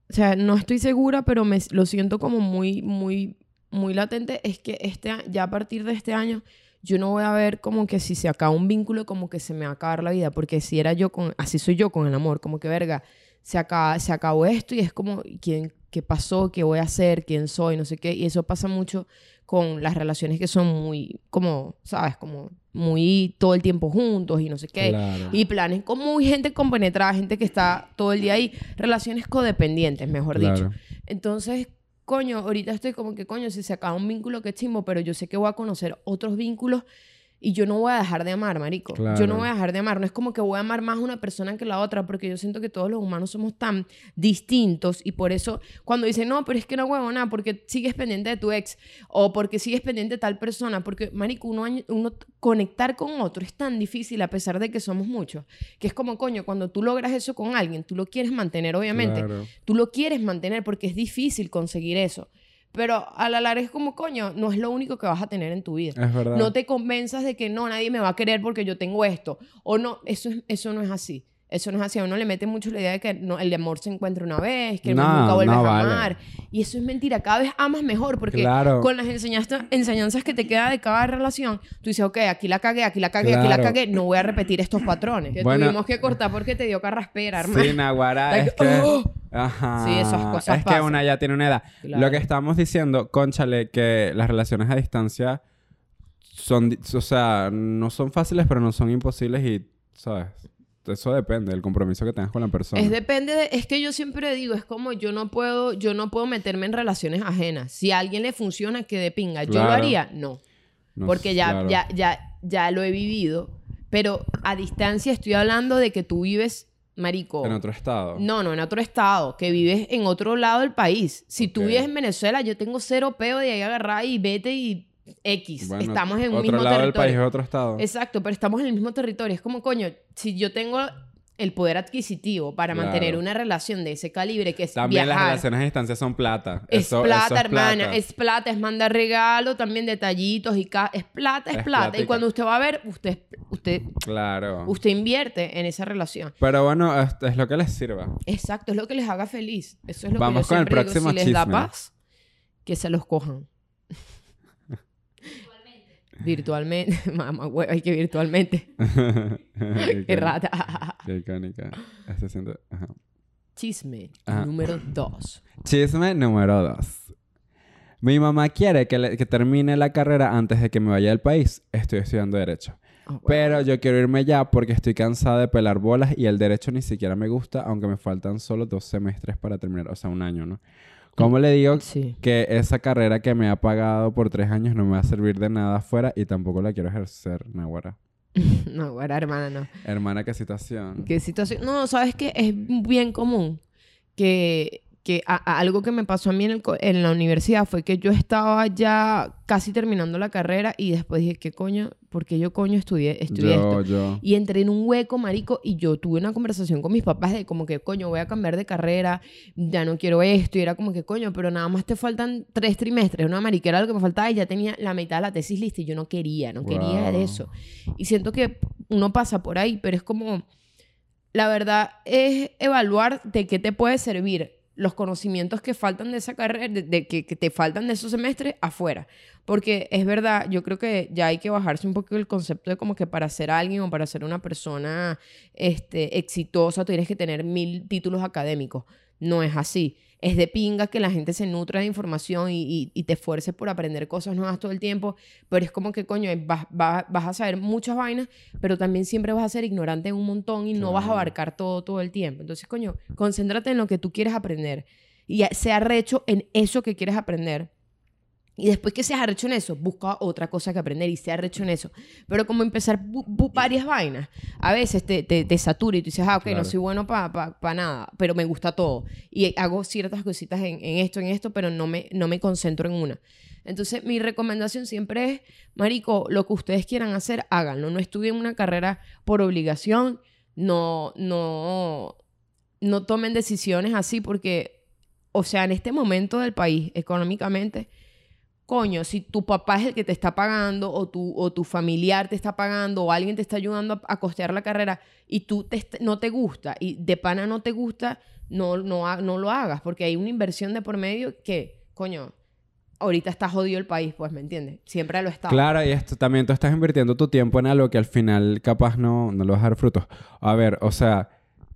D: o sea, no estoy segura, pero me, lo siento como muy, muy, muy latente, es que este, a- ya a partir de este año yo no voy a ver como que si se acaba un vínculo, como que se me va a acabar la vida, porque si era yo con, así soy yo con el amor, como que verga, se, acaba, se acabó esto y es como, ¿quién, ¿qué pasó? ¿Qué voy a hacer? ¿Quién soy? No sé qué, y eso pasa mucho con las relaciones que son muy, como, ¿sabes? Como muy todo el tiempo juntos y no sé qué.
C: Claro.
D: Y planes con muy gente compenetrada, gente que está todo el día ahí. Relaciones codependientes, mejor
C: Claro.
D: dicho. Entonces, coño, ahorita estoy como que, coño, si se acaba un vínculo, qué chimbo, pero yo sé que voy a conocer otros vínculos y yo no voy a dejar de amar, marico. Yo
C: Claro.
D: no voy a dejar de amar. No es como que voy a amar más a una persona que la otra, porque yo siento que todos los humanos somos tan distintos y por eso cuando dicen, no, pero es que no huevona, porque sigues pendiente de tu ex o porque sigues pendiente de tal persona, porque, marico, uno, añ- uno t- conectar con otro es tan difícil a pesar de que somos muchos, que es como, coño, cuando tú logras eso con alguien, tú lo quieres mantener, obviamente,
C: Claro.
D: tú lo quieres mantener porque es difícil conseguir eso. Pero a la larga es como, coño, no es lo único que vas a tener en tu vida.
C: Es verdad.
D: No te convenzas de que no, nadie me va a querer porque yo tengo esto. O no, eso, es- eso no es así. Eso no es así. A uno le mete mucho la idea de que no, el amor se encuentra una vez, que el
C: No,
D: amor nunca vuelves
C: no
D: a
C: vale.
D: amar. Y eso es mentira. Cada vez amas mejor porque
C: Claro.
D: con las enseñanzas, enseñanzas que te queda de cada relación, tú dices, ok, aquí la cagué, aquí la cagué, aquí
C: Claro.
D: la cagué. No voy a repetir estos patrones. Que
C: Bueno.
D: tuvimos que cortar porque te dio carraspera, hermano.
C: Sí, Naguará,
D: Like,
C: es que...
D: ¡oh!
C: Ajá.
D: Sí, esas cosas
C: Es que
D: pasan.
C: una ya tiene una edad.
D: Claro.
C: Lo que estamos diciendo, conchale, que las relaciones a distancia son... di- O sea, no son fáciles, pero no son imposibles y, ¿sabes? Eso depende del compromiso que tengas con la persona.
D: Es depende, de- es que yo siempre digo, es como yo no puedo, yo no puedo meterme en relaciones ajenas. Si a alguien le funciona, que de pinga. Yo
C: Claro.
D: lo haría, no,
C: No,
D: porque ya,
C: claro.
D: ya, ya, ya lo he vivido. Pero a distancia estoy hablando de que tú vives, marico.
C: En otro estado.
D: No, no, en otro estado, que vives en otro lado del país. Si tú
C: Ok.
D: vives en Venezuela, yo tengo cero peo de ahí agarrar y vete y X.
C: Bueno,
D: Estamos en un
C: otro
D: mismo
C: lado del
D: territorio.
C: país es otro estado.
D: Exacto, pero estamos en el mismo territorio. Es como, coño, si yo tengo el poder adquisitivo para
C: Claro.
D: mantener una relación de ese calibre que es
C: También las
D: viajar.
C: relaciones a distancia son plata.
D: Es
C: Eso-
D: plata,
C: eso es
D: hermana.
C: plata.
D: Es plata, es mandar regalo, también detallitos y ca- es plata, es,
C: Es
D: plata.
C: plática.
D: Y cuando usted va a ver, usted, usted,
C: Claro.
D: usted invierte en esa relación.
C: Pero bueno, es, es lo que les sirva.
D: Exacto, es lo que les haga feliz. Eso es lo
C: Vamos
D: que
C: con
D: yo
C: el
D: siempre
C: próximo
D: digo. Si les da
C: chisme.
D: paz, que se los cojan. virtualmente. Mamá, hueva, hay que virtualmente. Qué rata.
C: Qué icónica. Se siente- ajá.
D: Chisme
C: Ajá.
D: número dos.
C: Chisme número 2. Mi mamá quiere que, le- que termine la carrera antes de que me vaya del país. Estoy estudiando Derecho.
D: Ah, bueno.
C: Pero yo quiero irme ya porque estoy cansada de pelar bolas y el derecho ni siquiera me gusta, aunque me faltan solo dos semestres para terminar, o sea, un año, ¿no? ¿Cómo le digo
D: Sí.
C: que esa carrera que me ha pagado por tres años no me va a servir de nada afuera y tampoco la quiero ejercer, Nahuara?
D: No, bueno, hermana, no.
C: Hermana, qué situación.
D: ¿Qué situación? No, sabes que es bien común que, que a- a- algo que me pasó a mí en, el co- en la universidad fue que yo estaba ya casi terminando la carrera y después dije, ¿qué coño? ¿Por qué yo coño estudié, estudié
C: yo,
D: esto?
C: yo.
D: Y entré en un hueco, marico, y yo tuve una conversación con mis papás de como que, coño, voy a cambiar de carrera, ya no quiero esto. Y era como que, coño, pero nada más te faltan tres trimestres. Una mariquera lo que me faltaba y ya tenía la mitad de la tesis lista y yo no quería, no quería
C: Wow.
D: eso. Y siento que uno pasa por ahí, pero es como, la verdad es evaluar de qué te puede servir los conocimientos que faltan de esa carrera, de, de que, que te faltan de esos semestres afuera. Porque es verdad, yo creo que ya hay que bajarse un poco el concepto de como que para ser alguien o para ser una persona este, exitosa tú tienes que tener mil títulos académicos. No es así. Es de pinga que la gente se nutra de información y, y- y te esfuerces por aprender cosas nuevas todo el tiempo, pero es como que, coño, vas, vas- vas a saber muchas vainas, pero también siempre vas a ser ignorante en un montón y no vas a
C: Claro.
D: abarcar todo todo el tiempo. Entonces, coño, concéntrate en lo que tú quieres aprender y a- sea recho en eso que quieres aprender. Y después que seas arrecho en eso, busca otra cosa que aprender y sea arrecho en eso. Pero como empezar bu- bu- varias vainas. A veces te, te, te satura y tú dices, ah, ok,
C: Claro.
D: no soy bueno para nada, pero me gusta todo. Y hago ciertas cositas en, en esto, en esto, pero no me, no me concentro en una. Entonces, mi recomendación siempre es, marico, lo que ustedes quieran hacer, háganlo. No estudien una carrera por obligación. No, no, no tomen decisiones así porque, o sea, en este momento del país, económicamente, coño, si tu papá es el que te está pagando o tu, o tu familiar te está pagando o alguien te está ayudando a, a costear la carrera y tú te est- no te gusta y de pana no te gusta, no, no, ha- no lo hagas porque hay una inversión de por medio que, coño, ahorita está jodido el país, pues, ¿me entiendes? Siempre lo está.
C: Claro, y esto también tú estás invirtiendo tu tiempo en algo que al final capaz no, no le vas a dar frutos. A ver, o sea,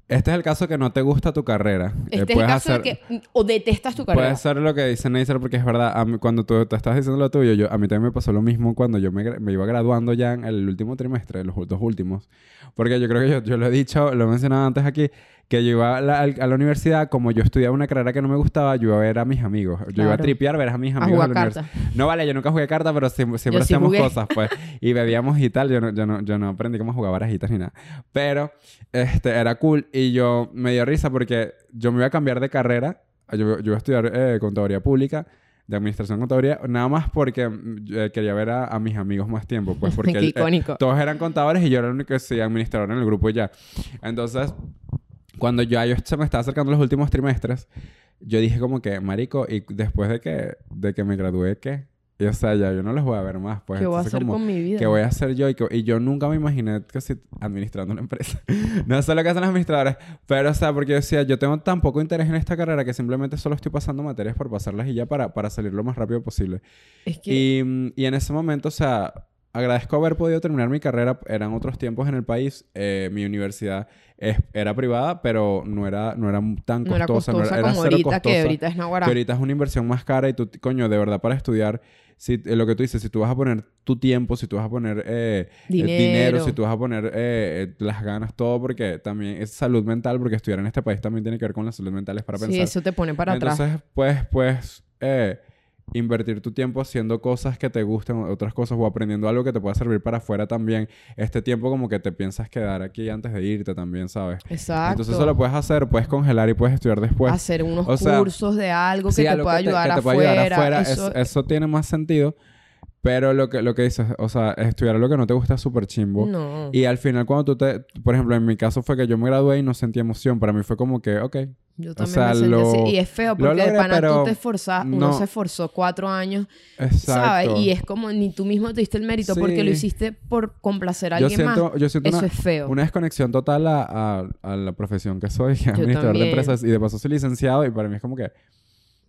C: este es el caso que no te gusta tu carrera. Eh,
D: Este es el
C: puedes
D: caso
C: hacer-
D: de que o detestas tu carrera.
C: Puede ser lo que dice Neisser porque es verdad. A mí- cuando tú te estás diciendo lo tuyo, yo, a mí también me pasó lo mismo cuando yo me, gra- me iba graduando ya en el último trimestre, los dos últimos. Porque yo creo que yo, yo lo he dicho, lo he mencionado antes aquí, que yo iba a la, al- a la universidad, como yo estudiaba una carrera que no me gustaba, yo iba a ver a mis amigos. Yo iba a
D: Claro.
C: tripear, ver a mis
D: a
C: amigos de
D: jugar
C: la universidad.
D: cartas.
C: No vale, yo nunca jugué carta, pero siem- siempre
D: Yo sí
C: hacíamos
D: jugué.
C: cosas, pues. Y bebíamos y tal. Yo no, yo no, yo no aprendí cómo jugar barajitas ni nada. Pero, este, era cool. Y yo me dio risa porque yo me iba a cambiar de carrera. Yo, yo iba a estudiar eh, contaduría pública, de administración contaduría, nada más porque mm, yo, eh, quería ver a, a mis amigos más tiempo, pues. Porque
D: Qué
C: eh,
D: icónico.
C: todos eran contadores y yo era el único que se administrador en el grupo y ya. Entonces, cuando ya yo se me estaba acercando los últimos trimestres, yo dije como que, marico, y después de que, de que me gradué, ¿qué? Y, o sea, ya yo no los voy a ver más. Pues,
D: ¿Qué voy a
C: Entonces,
D: hacer
C: como,
D: con mi vida?
C: ¿Qué voy a hacer yo? Y, que- y yo nunca me imaginé que si administrando una empresa. no sé lo que hacen los administradores. Pero, o sea, porque yo decía, yo tengo tan poco interés en esta carrera que simplemente solo estoy pasando materias por pasarlas y ya para, para salir lo más rápido posible.
D: Es que...
C: Y, mm, y en ese momento, o sea, agradezco haber podido terminar mi carrera. Eran otros tiempos en el país. Eh, mi universidad es- era privada, pero no era, no era tan
D: no era
C: costosa.
D: costosa
C: No era, era
D: como
C: cero
D: ahorita, que
C: costosa.
D: ahorita es Naguará.
C: Que ahorita es una inversión más cara y tú, t- coño, de verdad para estudiar, si, eh, lo que tú dices, si tú vas a poner tu tiempo, si tú vas a poner eh, eh,
D: Dinero.
C: si tú vas a poner eh, eh, las ganas, todo, porque también es salud mental, porque estudiar en este país también tiene que ver con la salud mental, es para
D: Sí,
C: pensar.
D: eso te pone para atrás.
C: Entonces, pues, pues, eh, invertir tu tiempo haciendo cosas que te gustan, otras cosas, o aprendiendo algo que te pueda servir para afuera también. Este tiempo como que te piensas quedar aquí antes de irte también, ¿sabes?
D: Exacto.
C: Entonces eso lo puedes hacer, puedes congelar y puedes estudiar después.
D: hacer unos
C: o sea,
D: cursos de algo que
C: Sí,
D: te
C: algo
D: pueda
C: que te-
D: ayudar
C: que te pueda
D: afuera.
C: ayudar afuera, es-
D: eso,
C: eso tiene más sentido Pero lo que, lo que dices, o sea, estudiar lo que no te gusta es súper chimbo.
D: No.
C: Y al final cuando tú te... Por ejemplo, en mi caso fue que yo me gradué y no sentí emoción. Para mí fue como que, ok,
D: Yo
C: o
D: también
C: sea,
D: me sentí
C: lo-
D: así. Y es feo
C: lo
D: porque de
C: logré,
D: pana tú
C: pero
D: te esforzaste,
C: no.
D: uno se esforzó cuatro años,
C: exacto.
D: ¿sabes? Y es como ni tú mismo te diste el mérito porque lo
C: Sí.
D: hiciste por complacer a
C: yo
D: alguien
C: siento,
D: más.
C: yo siento
D: Eso
C: una,
D: es feo.
C: una desconexión total a, a- a la profesión que soy, que es administrador
D: también.
C: de empresas. Y de paso soy licenciado y para mí es como que...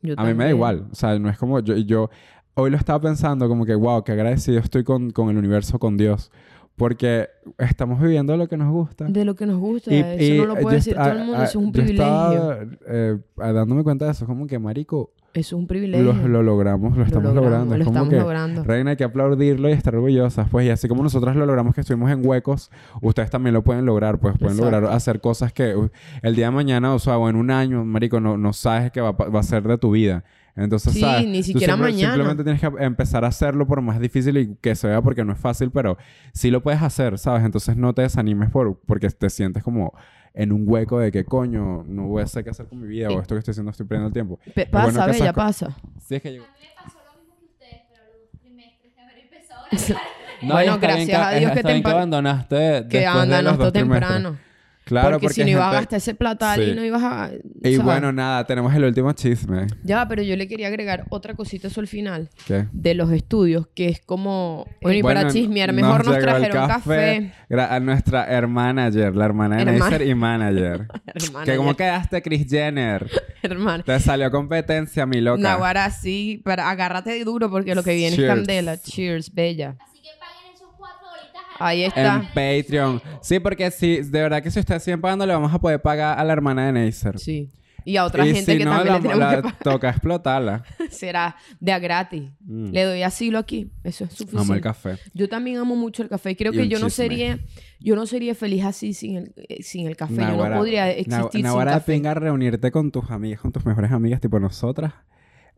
D: Yo
C: a mí me da
D: también.
C: igual. O sea, no es como yo, y yo hoy lo estaba pensando como que, wow, qué agradecido estoy con, con el universo, con Dios. Porque estamos viviendo lo que nos gusta.
D: De lo que nos gusta,
C: Y-
D: eso
C: y
D: no lo
C: yo
D: puede decir
C: est-
D: todo
C: a-
D: el mundo,
C: a-
D: eso es un
C: yo
D: privilegio.
C: estaba, eh, a- dándome cuenta de eso, como que, marico,
D: Eso es un privilegio.
C: lo, lo logramos, lo estamos
D: logramos,
C: logrando.
D: Lo
C: es como
D: estamos
C: que,
D: logrando.
C: Reina, hay que aplaudirlo y estar orgullosas. Pues, y así como nosotras lo logramos que estuvimos en huecos, ustedes también lo pueden lograr. Pues pueden
D: Exacto.
C: lograr hacer cosas que uh, el día de mañana, o sea, o en un año, marico, no, no sabes qué va, a pa- va a ser de tu vida. Entonces,
D: Sí,
C: ¿sabes?
D: ni
C: Tú
D: siquiera
C: simple-
D: mañana.
C: Simplemente tienes que empezar a hacerlo por más difícil y que se vea porque no es fácil, pero sí lo puedes hacer, ¿sabes? Entonces no te desanimes por, porque te sientes como en un hueco de que coño, no voy a saber qué hacer con mi vida
D: Sí.
C: o esto que estoy haciendo estoy perdiendo el tiempo.
D: Eh, Pe-
C: Es bueno
D: pasa,
C: que
D: ve,
C: esas
D: ya
C: co-
D: pasa.
C: Sí, es que yo-
E: A mí me pasó lo mismo que ustedes, pero los dos trimestres de haber empezado a grabar.
D: Bueno,
B: y está bien
D: gracias a
B: eh,
D: Dios que
B: está
D: te
B: bien
D: empa-
B: abandonaste después
D: Que
B: de
D: andan
B: los
D: hasta
B: dos trimestres.
D: temprano.
C: Claro,
D: porque, si no
C: hay
D: iba a
C: gente-
D: gastar ese platal y
C: Sí.
D: no ibas a...
C: Y
D: ¿sabes?
C: bueno, nada, tenemos el último chisme.
D: Ya, pero yo le quería agregar otra cosita eso al final
C: ¿Qué?
D: de los estudios, que es como... Bueno, y para
C: Bueno,
D: chismear, mejor nos
C: llegó el
D: trajeron café.
C: gra- a nuestra hermana manager, la hermana de
D: Hermana.
C: Neisser y manager.
D: Hermana,
C: que como
D: ya-
C: quedaste, Chris Jenner.
D: hermana.
C: Te salió competencia, mi loca.
D: Naguará, sí, pero agárrate duro porque lo que viene es
C: Cheers.
D: candela. Cheers, bella.
E: Así que paguen esos cuatro horitas.
D: Ahí está.
C: En Patreon. Sí, porque si, de verdad que si ustedes siguen pagando, le vamos a poder pagar a la hermana de Neisser.
D: Sí. Y a otra
C: y
D: gente
C: si
D: que
C: no,
D: también
C: la,
D: le tenemos
C: la
D: que pagar.
C: toca explotarla.
D: Será de a gratis.
C: Mm.
D: Le doy asilo aquí. Eso es suficiente.
C: Vamos al café.
D: Yo también amo mucho el café. Creo
C: Y
D: que
C: un
D: yo no
C: chisme.
D: sería, yo no sería feliz así sin el, eh, sin el café. yo
C: Naguará.
D: no podría
C: Nah-
D: existir sin
C: Naguará de
D: café.
C: pinga reunirte con tus amigas, con tus mejores amigas, tipo nosotras.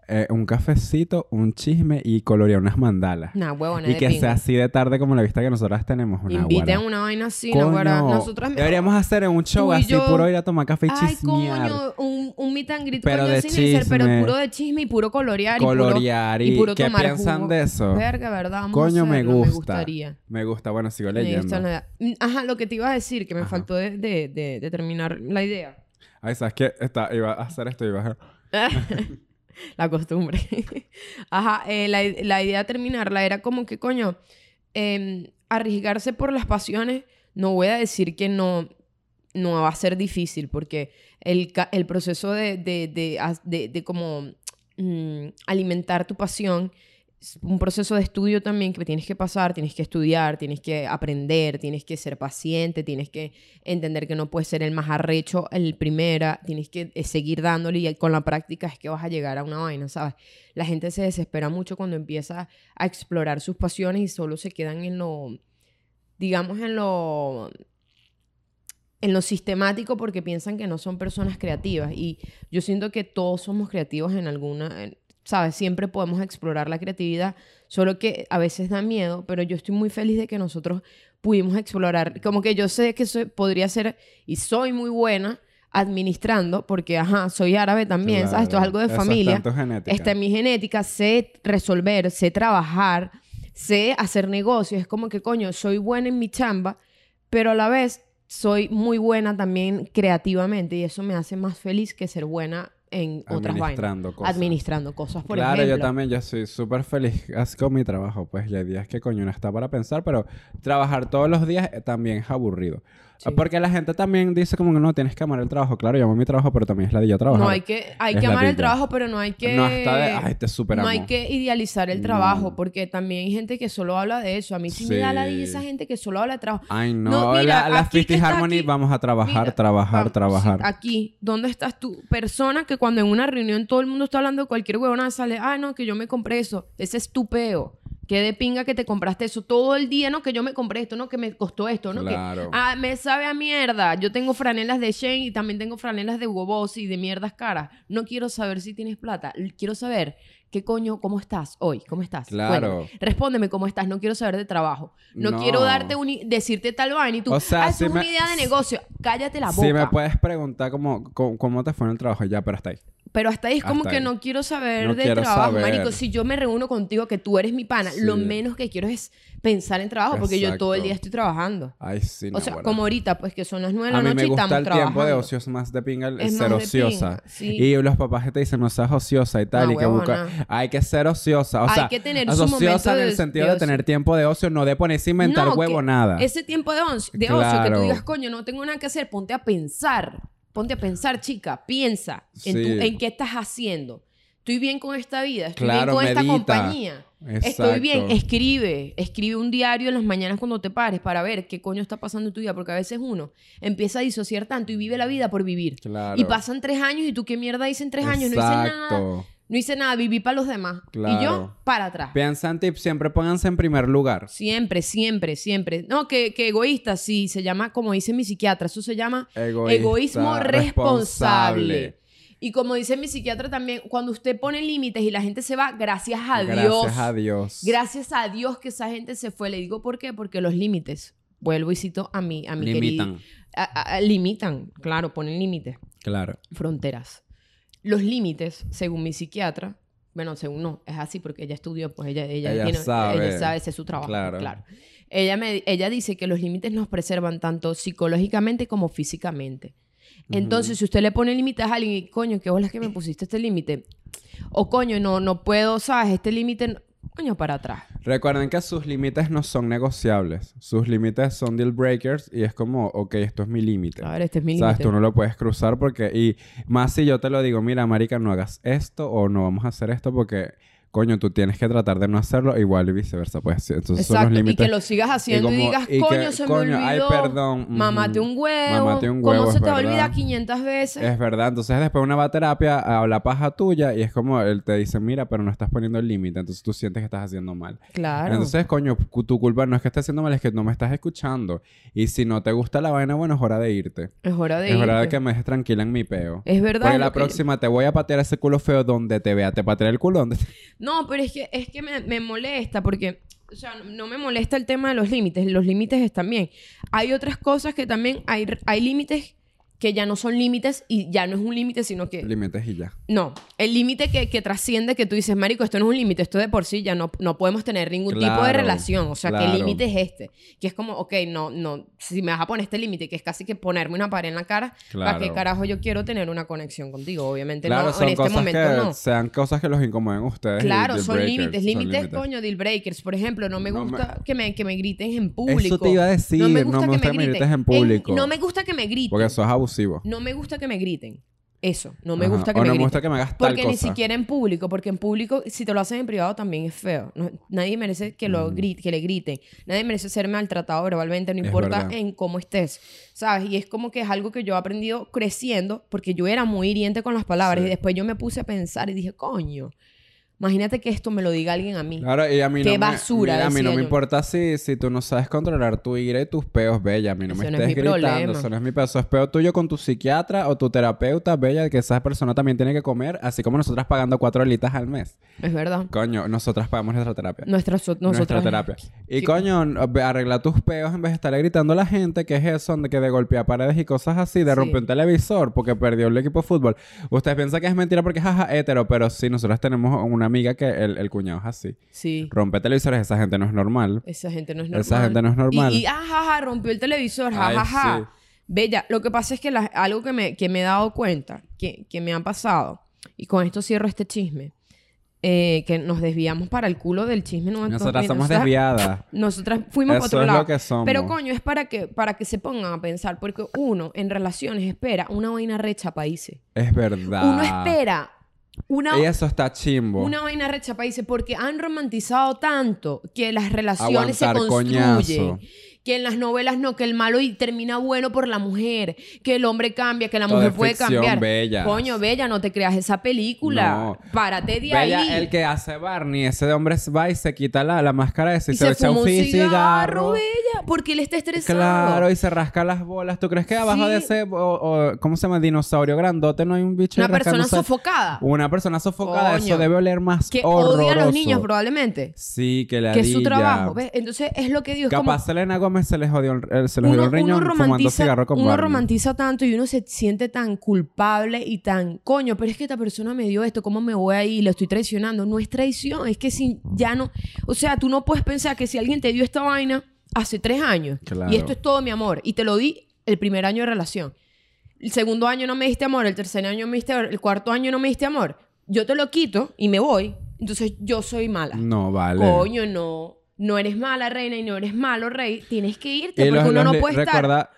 C: eh, un cafecito, un chisme y colorear unas mandalas.
D: Nah, huevona
C: y
D: de
C: que
D: pinga.
C: sea así de tarde como la vista que nosotras tenemos. Naguará.
D: Inviten una vaina así,
C: Coño,
D: Naguará. Nosotras me-
C: Deberíamos hacer un show
D: Tú y
C: así,
D: yo-
C: puro ir a tomar café y
D: Ay,
C: chismear.
D: coño, un, un meet and greet
C: Pero
D: coño,
C: de
D: sin Neisser, pero
C: chisme.
D: puro de chisme y puro colorear.
C: Colorear
D: y
C: y-
D: puro, y puro
C: ¿qué
D: tomar
C: piensan
D: jugo.
C: de eso?
D: Verga, ¿verdad? Vamos a
C: Coño, me
D: hacerlo,
C: gusta.
D: Me gustaría.
C: Me gusta, bueno, sigo
D: Me gusta
C: leyendo.
D: la idea. Mm, Ajá, lo que te iba a decir, que me
C: Ajá.
D: faltó de, de- de- de terminar la idea.
C: Ay, ¿sabes qué? Está- iba a hacer esto, iba a...
D: la costumbre. Ajá, eh, la, la idea de terminarla era como que, coño, eh, arriesgarse por las pasiones, no voy a decir que no, no va a ser difícil, porque el, ca- el proceso de, de, de, as- de- de como mm, alimentar tu pasión es un proceso de estudio también que tienes que pasar, tienes que estudiar, tienes que aprender, tienes que ser paciente, tienes que entender que no puedes ser el más arrecho, el primera, tienes que eh, seguir dándole y con la práctica es que vas a llegar a una vaina, ¿sabes? La gente se desespera mucho cuando empieza a explorar sus pasiones y solo se quedan en lo, digamos, en lo, en lo sistemático porque piensan que no son personas creativas y yo siento que todos somos creativos en alguna, en- ¿sabes? Siempre podemos explorar la creatividad, solo que a veces da miedo, pero yo estoy muy feliz de que nosotros pudimos explorar, como que yo sé que soy- podría ser y soy muy buena administrando, porque, ajá, soy árabe también, ¿sabes? Esto es algo de
C: Eso
D: familia.
C: tanto genética.
D: Está en mi genética, sé resolver, sé trabajar, sé hacer negocios. Es como que, coño, soy buena en mi chamba, pero a la vez soy muy buena también creativamente y eso me hace más feliz que ser buena en otras vainas.
C: Administrando cosas.
D: Administrando cosas, por
C: claro,
D: ejemplo.
C: yo también, yo soy súper feliz así con mi trabajo, pues, y hay días que coño no está para pensar, pero trabajar todos los días eh, también es aburrido.
D: Sí.
C: Porque la gente también dice como que no, tienes que amar el trabajo. Claro, yo amo mi trabajo, pero también es la de yo trabajar.
D: No hay que, hay
C: Es
D: que
C: la
D: amar el
C: vida.
D: trabajo, pero no hay que.
C: No está de, ay, te superamos.
D: No hay que idealizar el
C: No.
D: trabajo, porque también hay gente que solo habla de eso. A mí sí, me da la
C: Sí.
D: esa gente que solo habla de trabajo.
C: Ay, no,
D: No,
C: la-
D: mira,
C: la,
D: aquí que
C: Fifty
D: está
C: Harmony,
D: aquí.
C: vamos a trabajar,
D: Mira,
C: trabajar,
D: vamos,
C: trabajar.
D: sí, aquí, ¿dónde estás tú? Persona que cuando en una reunión todo el mundo está hablando de cualquier huevona sale, ah, no, que yo me compré eso. Ese es tu peo. Qué de pinga que te compraste eso todo el día, no, que yo me compré esto, no, que me costó esto, no, que
C: Claro.
D: ah, me sabe a mierda. Yo tengo franelas de Shane y también tengo franelas de Hugo Boss y de mierdas caras. No quiero saber si tienes plata, L- quiero saber qué coño, cómo estás hoy, cómo estás.
C: Claro.
D: Cuéntame. respóndeme cómo estás, no quiero saber de trabajo. No,
C: No.
D: quiero darte un i- decirte tal vaina y tú,
C: O sea,
D: ah, eso
C: si
D: es una
C: me-
D: idea de negocio. Cállate la boca.
C: Si me puedes preguntar cómo, cómo, cómo te fue en el trabajo, ya, pero hasta ahí.
D: Pero hasta ahí es como
C: Hasta
D: que
C: ahí.
D: no quiero saber
C: No
D: de
C: quiero
D: trabajo,
C: saber.
D: marico. Si yo me reúno contigo, que tú eres mi pana,
C: Sí.
D: lo menos que quiero es pensar en trabajo, porque yo todo el
C: Exacto.
D: día estoy trabajando.
C: Ay, sí,
D: o sea,
C: naguará.
D: como ahorita, pues que son las nueve de
C: A
D: la
C: mí
D: noche
C: me
D: y estamos
C: gusta el tiempo de
D: trabajando.
C: ocios más de pinga el
D: Es más
C: ser
D: de
C: ociosa.
D: pinga, sí.
C: Y los papás que te dicen, no seas ociosa y tal,
D: No,
C: y que busca...
D: huevona.
C: Hay que ser ociosa. O
D: Hay
C: sea,
D: que tener
C: es
D: su momento
C: ociosa en
D: de-
C: el
D: de
C: sentido de,
D: ocio.
C: tener tiempo de ocio, no de ponerse a inventar
D: No, que
C: huevo nada.
D: Ese tiempo de, once, de ocio que tú
C: Claro.
D: digas, coño, no tengo nada que hacer, ponte a pensar. Ponte a pensar, chica, piensa en,
C: Sí.
D: tu- en qué estás haciendo. Estoy bien con esta vida, estoy
C: Claro,
D: bien con esta
C: medita.
D: compañía. Estoy
C: Exacto.
D: bien, escribe, escribe un diario en las mañanas cuando te pares para ver qué coño está pasando en tu vida, porque a veces uno empieza a disociar tanto y vive la vida por vivir.
C: Claro.
D: Y pasan tres años y tú qué mierda hice en tres años, no hice nada,
C: Exacto.
D: no hice nada, viví para los demás. Y yo
C: Claro.
D: para atrás.
C: Piensan tips, siempre pónganse en primer lugar.
D: Siempre, siempre, siempre. No, que, que egoísta, sí, se llama, como dice mi psiquiatra, eso se llama
C: Egoísta,
D: egoísmo responsable.
C: responsable.
D: Y como dice mi psiquiatra también, cuando usted pone límites y la gente se va, gracias a Dios.
C: Gracias a Dios.
D: Gracias a Dios que esa gente se fue. Le digo por qué, porque los límites, vuelvo y cito a mi, a mi
C: Limitan.
D: querido- a- a- a- limitan, claro, ponen límites,
C: Claro.
D: fronteras. Los límites, según mi psiquiatra, bueno, según no, es así porque ella estudió, pues ella, ella,
C: Ella
D: tiene-
C: sabe.
D: ella sabe, ese es su trabajo. Claro.
C: Claro.
D: Ella, me, ella dice que los límites nos preservan tanto psicológicamente como físicamente. Entonces, si usted le pone límites a alguien y, coño, qué bolas que me pusiste este límite. O, coño, no, no puedo, ¿sabes? Este límite, no- coño, para atrás.
C: Recuerden que sus límites no son negociables. Sus límites son deal breakers y es como, ok, esto es mi límite.
D: Claro, este es mi
C: ¿Sabes?
D: límite.
C: Tú no lo puedes cruzar porque... Y más si yo te lo digo, mira, marica, no hagas esto o no vamos a hacer esto porque... Coño, tú tienes que tratar de no hacerlo igual y viceversa. Pues sí, entonces son
D: Exacto,
C: los
D: y
C: límites.
D: que lo sigas haciendo y,
C: como-
D: digas,
C: y que,
D: coño, se me
C: coño,
D: olvidó.
C: ay, perdón, ujú.
D: Mamate un huevo.
C: Mamate un
D: ¿Cómo
C: huevo,
D: se
C: es
D: te va a olvidar
C: verdad.
D: 500 veces?
C: Es verdad. Entonces después uno va a terapia, habla paja tuya y es como él te dice, mira, pero no estás poniendo el límite. Entonces tú sientes que estás haciendo mal.
D: Claro.
C: Entonces, coño, cu- tu culpa no es que estés haciendo mal, es que no me estás escuchando. Y si no te gusta la vaina, bueno, es hora de irte.
D: es hora de
C: es hora de
D: irte.
C: que me dejes tranquila en mi peo.
D: Es verdad,
C: Porque
D: lo
C: la
D: que-
C: próxima te voy a patear ese culo feo donde te vea. Te patearé el culo donde te...
D: No, pero es que, es que me, me molesta porque, o sea, no- no me molesta el tema de los límites. Los límites están bien. Hay otras cosas que también hay, hay límites que ya no son límites y ya no es un límite, sino que...
C: límites y ya.
D: No, el límite que, que trasciende que tú dices, Marico, esto no es un límite, esto de por sí ya no, no podemos tener ningún tipo de
C: Claro,
D: relación. O sea, ¿qué
C: claro.
D: límite es este? Que es como, ok, no, no, si me vas a poner este límite, que es casi que ponerme una pared en la cara, ¿para
C: Claro.
D: qué carajo yo quiero tener una conexión contigo? Obviamente
C: Claro,
D: no,
C: son
D: en este
C: cosas
D: momento
C: que
D: no.
C: sean cosas que los incomoden a ustedes. y
D: Claro,
C: deal
D: son
C: breakers,
D: límites.
C: son
D: Límites, coño, deal breakers. Por ejemplo, no me
C: No me-
D: gusta Que, me, que me griten en público.
C: Eso te iba a decir, no me gusta que me grites en público.
D: no me gusta que me griten.
C: Porque eso es abusivo.
D: No me gusta que me griten. Eso, no me
C: Ajá.
D: gusta que
C: o
D: me
C: no
D: griten.
C: me gusta que me hagas tal
D: Porque ni
C: cosa.
D: siquiera en público, porque en público, si te lo hacen en privado, también es feo. No- nadie merece que, lo gri- que le griten. Nadie merece ser maltratado verbalmente, no
C: Mm. Es
D: importa
C: verdad.
D: en cómo estés. ¿Sabes? Y es como que es algo que yo he aprendido creciendo, porque yo era muy hiriente con las palabras.
C: Sí.
D: Y después yo me puse a pensar y dije, coño, imagínate que esto me lo diga alguien a mí.
C: Claro, y a mí no
D: Qué
C: me-
D: basura,
C: mira, a mí
D: decía
C: no me
D: yo.
C: importa si, si tú no sabes controlar tu ira y tus peos, bella. A mí no
D: Eso
C: me
D: no es
C: estés
D: mi
C: gritando.
D: problema.
C: Eso no es mi peo. Eso es peo tuyo con tu psiquiatra o tu terapeuta, bella, que esa persona también tiene que comer, así como nosotras pagando cuatro holitas al mes.
D: Es verdad.
C: Coño, nosotras pagamos nuestra terapia.
D: Nuestra, so-
C: Nuestra
D: nosotras-
C: terapia. Y
D: Sí.
C: coño, ve- arregla tus peos en vez de estarle gritando a la gente que es eso, de que de golpear paredes y cosas así, de
D: Sí.
C: romper un televisor porque perdió el equipo de fútbol. Ustedes piensan que es mentira porque jaja, hétero, pero sí, nosotros tenemos una amiga que el, el cuñado es así.
D: Sí.
C: Rompe televisores, esa gente no es normal.
D: Esa gente no es normal.
C: Esa gente no es normal.
D: Y, y ajaja, rompió el televisor,
C: Ay,
D: jajaja.
C: sí.
D: Bella, lo que pasa es que las- algo que me, que me he dado cuenta, que, que me han pasado, y con esto cierro este chisme, eh, que nos desviamos para el culo del chisme. No,
C: Nosotras
D: Entonces,
C: somos desviadas.
D: Nosotras fuimos para
C: Eso
D: otro
C: es lo
D: lado.
C: que somos.
D: Pero coño, es para que, para que se pongan a pensar, porque uno en relaciones espera una vaina recha países.
C: Es verdad.
D: Uno espera una,
C: Y eso está chimbo.
D: una vaina recha países porque han romantizado tanto que las relaciones
C: Aguantar
D: se construyen.
C: coñazo.
D: Que en las novelas no, que el malo y termina bueno por la mujer, que el hombre cambia, que la
C: Todo
D: mujer
C: es
D: puede
C: ficción,
D: cambiar.
C: bellas.
D: Coño, bella, no te creas esa película.
C: No.
D: Párate de
C: Bella,
D: ahí.
C: el que hace Barney, ese hombre va y se quita la, la máscara esa y,
D: y se,
C: echa
D: fumó un
C: fi-
D: cigarro, bella. porque él está estresado.
C: Claro, y se rasca las bolas. ¿Tú crees que abajo de
D: Sí.
C: ese, o- o, ¿cómo se llama? Dinosaurio grandote, no hay un bicho
D: Una
C: ahí
D: persona
C: rascándose?
D: sofocada.
C: Una persona sofocada, eso
D: Coño.
C: debe oler más
D: Que
C: horroroso.
D: odia a los niños probablemente.
C: Sí, que la
D: Que es su trabajo. ¿ves? Entonces es lo que digo. es como-
C: Capaz Selena Gómez se les jodió, el- eh, se les jodió el riñón fumando cigarro con
D: uno
C: Barney.
D: romantiza tanto y uno se siente tan culpable y tan coño, pero es que esta persona me dio esto, ¿cómo me voy ahí? Lo estoy traicionando. No es traición, es que si ya no. O sea, tú no puedes pensar que si alguien te dio esta vaina hace tres años
C: Claro.
D: y esto es todo mi amor y te lo di el primer año de relación. El segundo año no me diste amor, el tercer año me diste amor, el cuarto año no me diste amor. Yo te lo quito y me voy, entonces yo soy mala.
C: No, vale.
D: Coño, no. No eres mala reina y no eres malo rey. Tienes que irte
C: Y
D: porque
C: los,
D: uno
C: los
D: no
C: li-
D: puede estar.
C: recuerda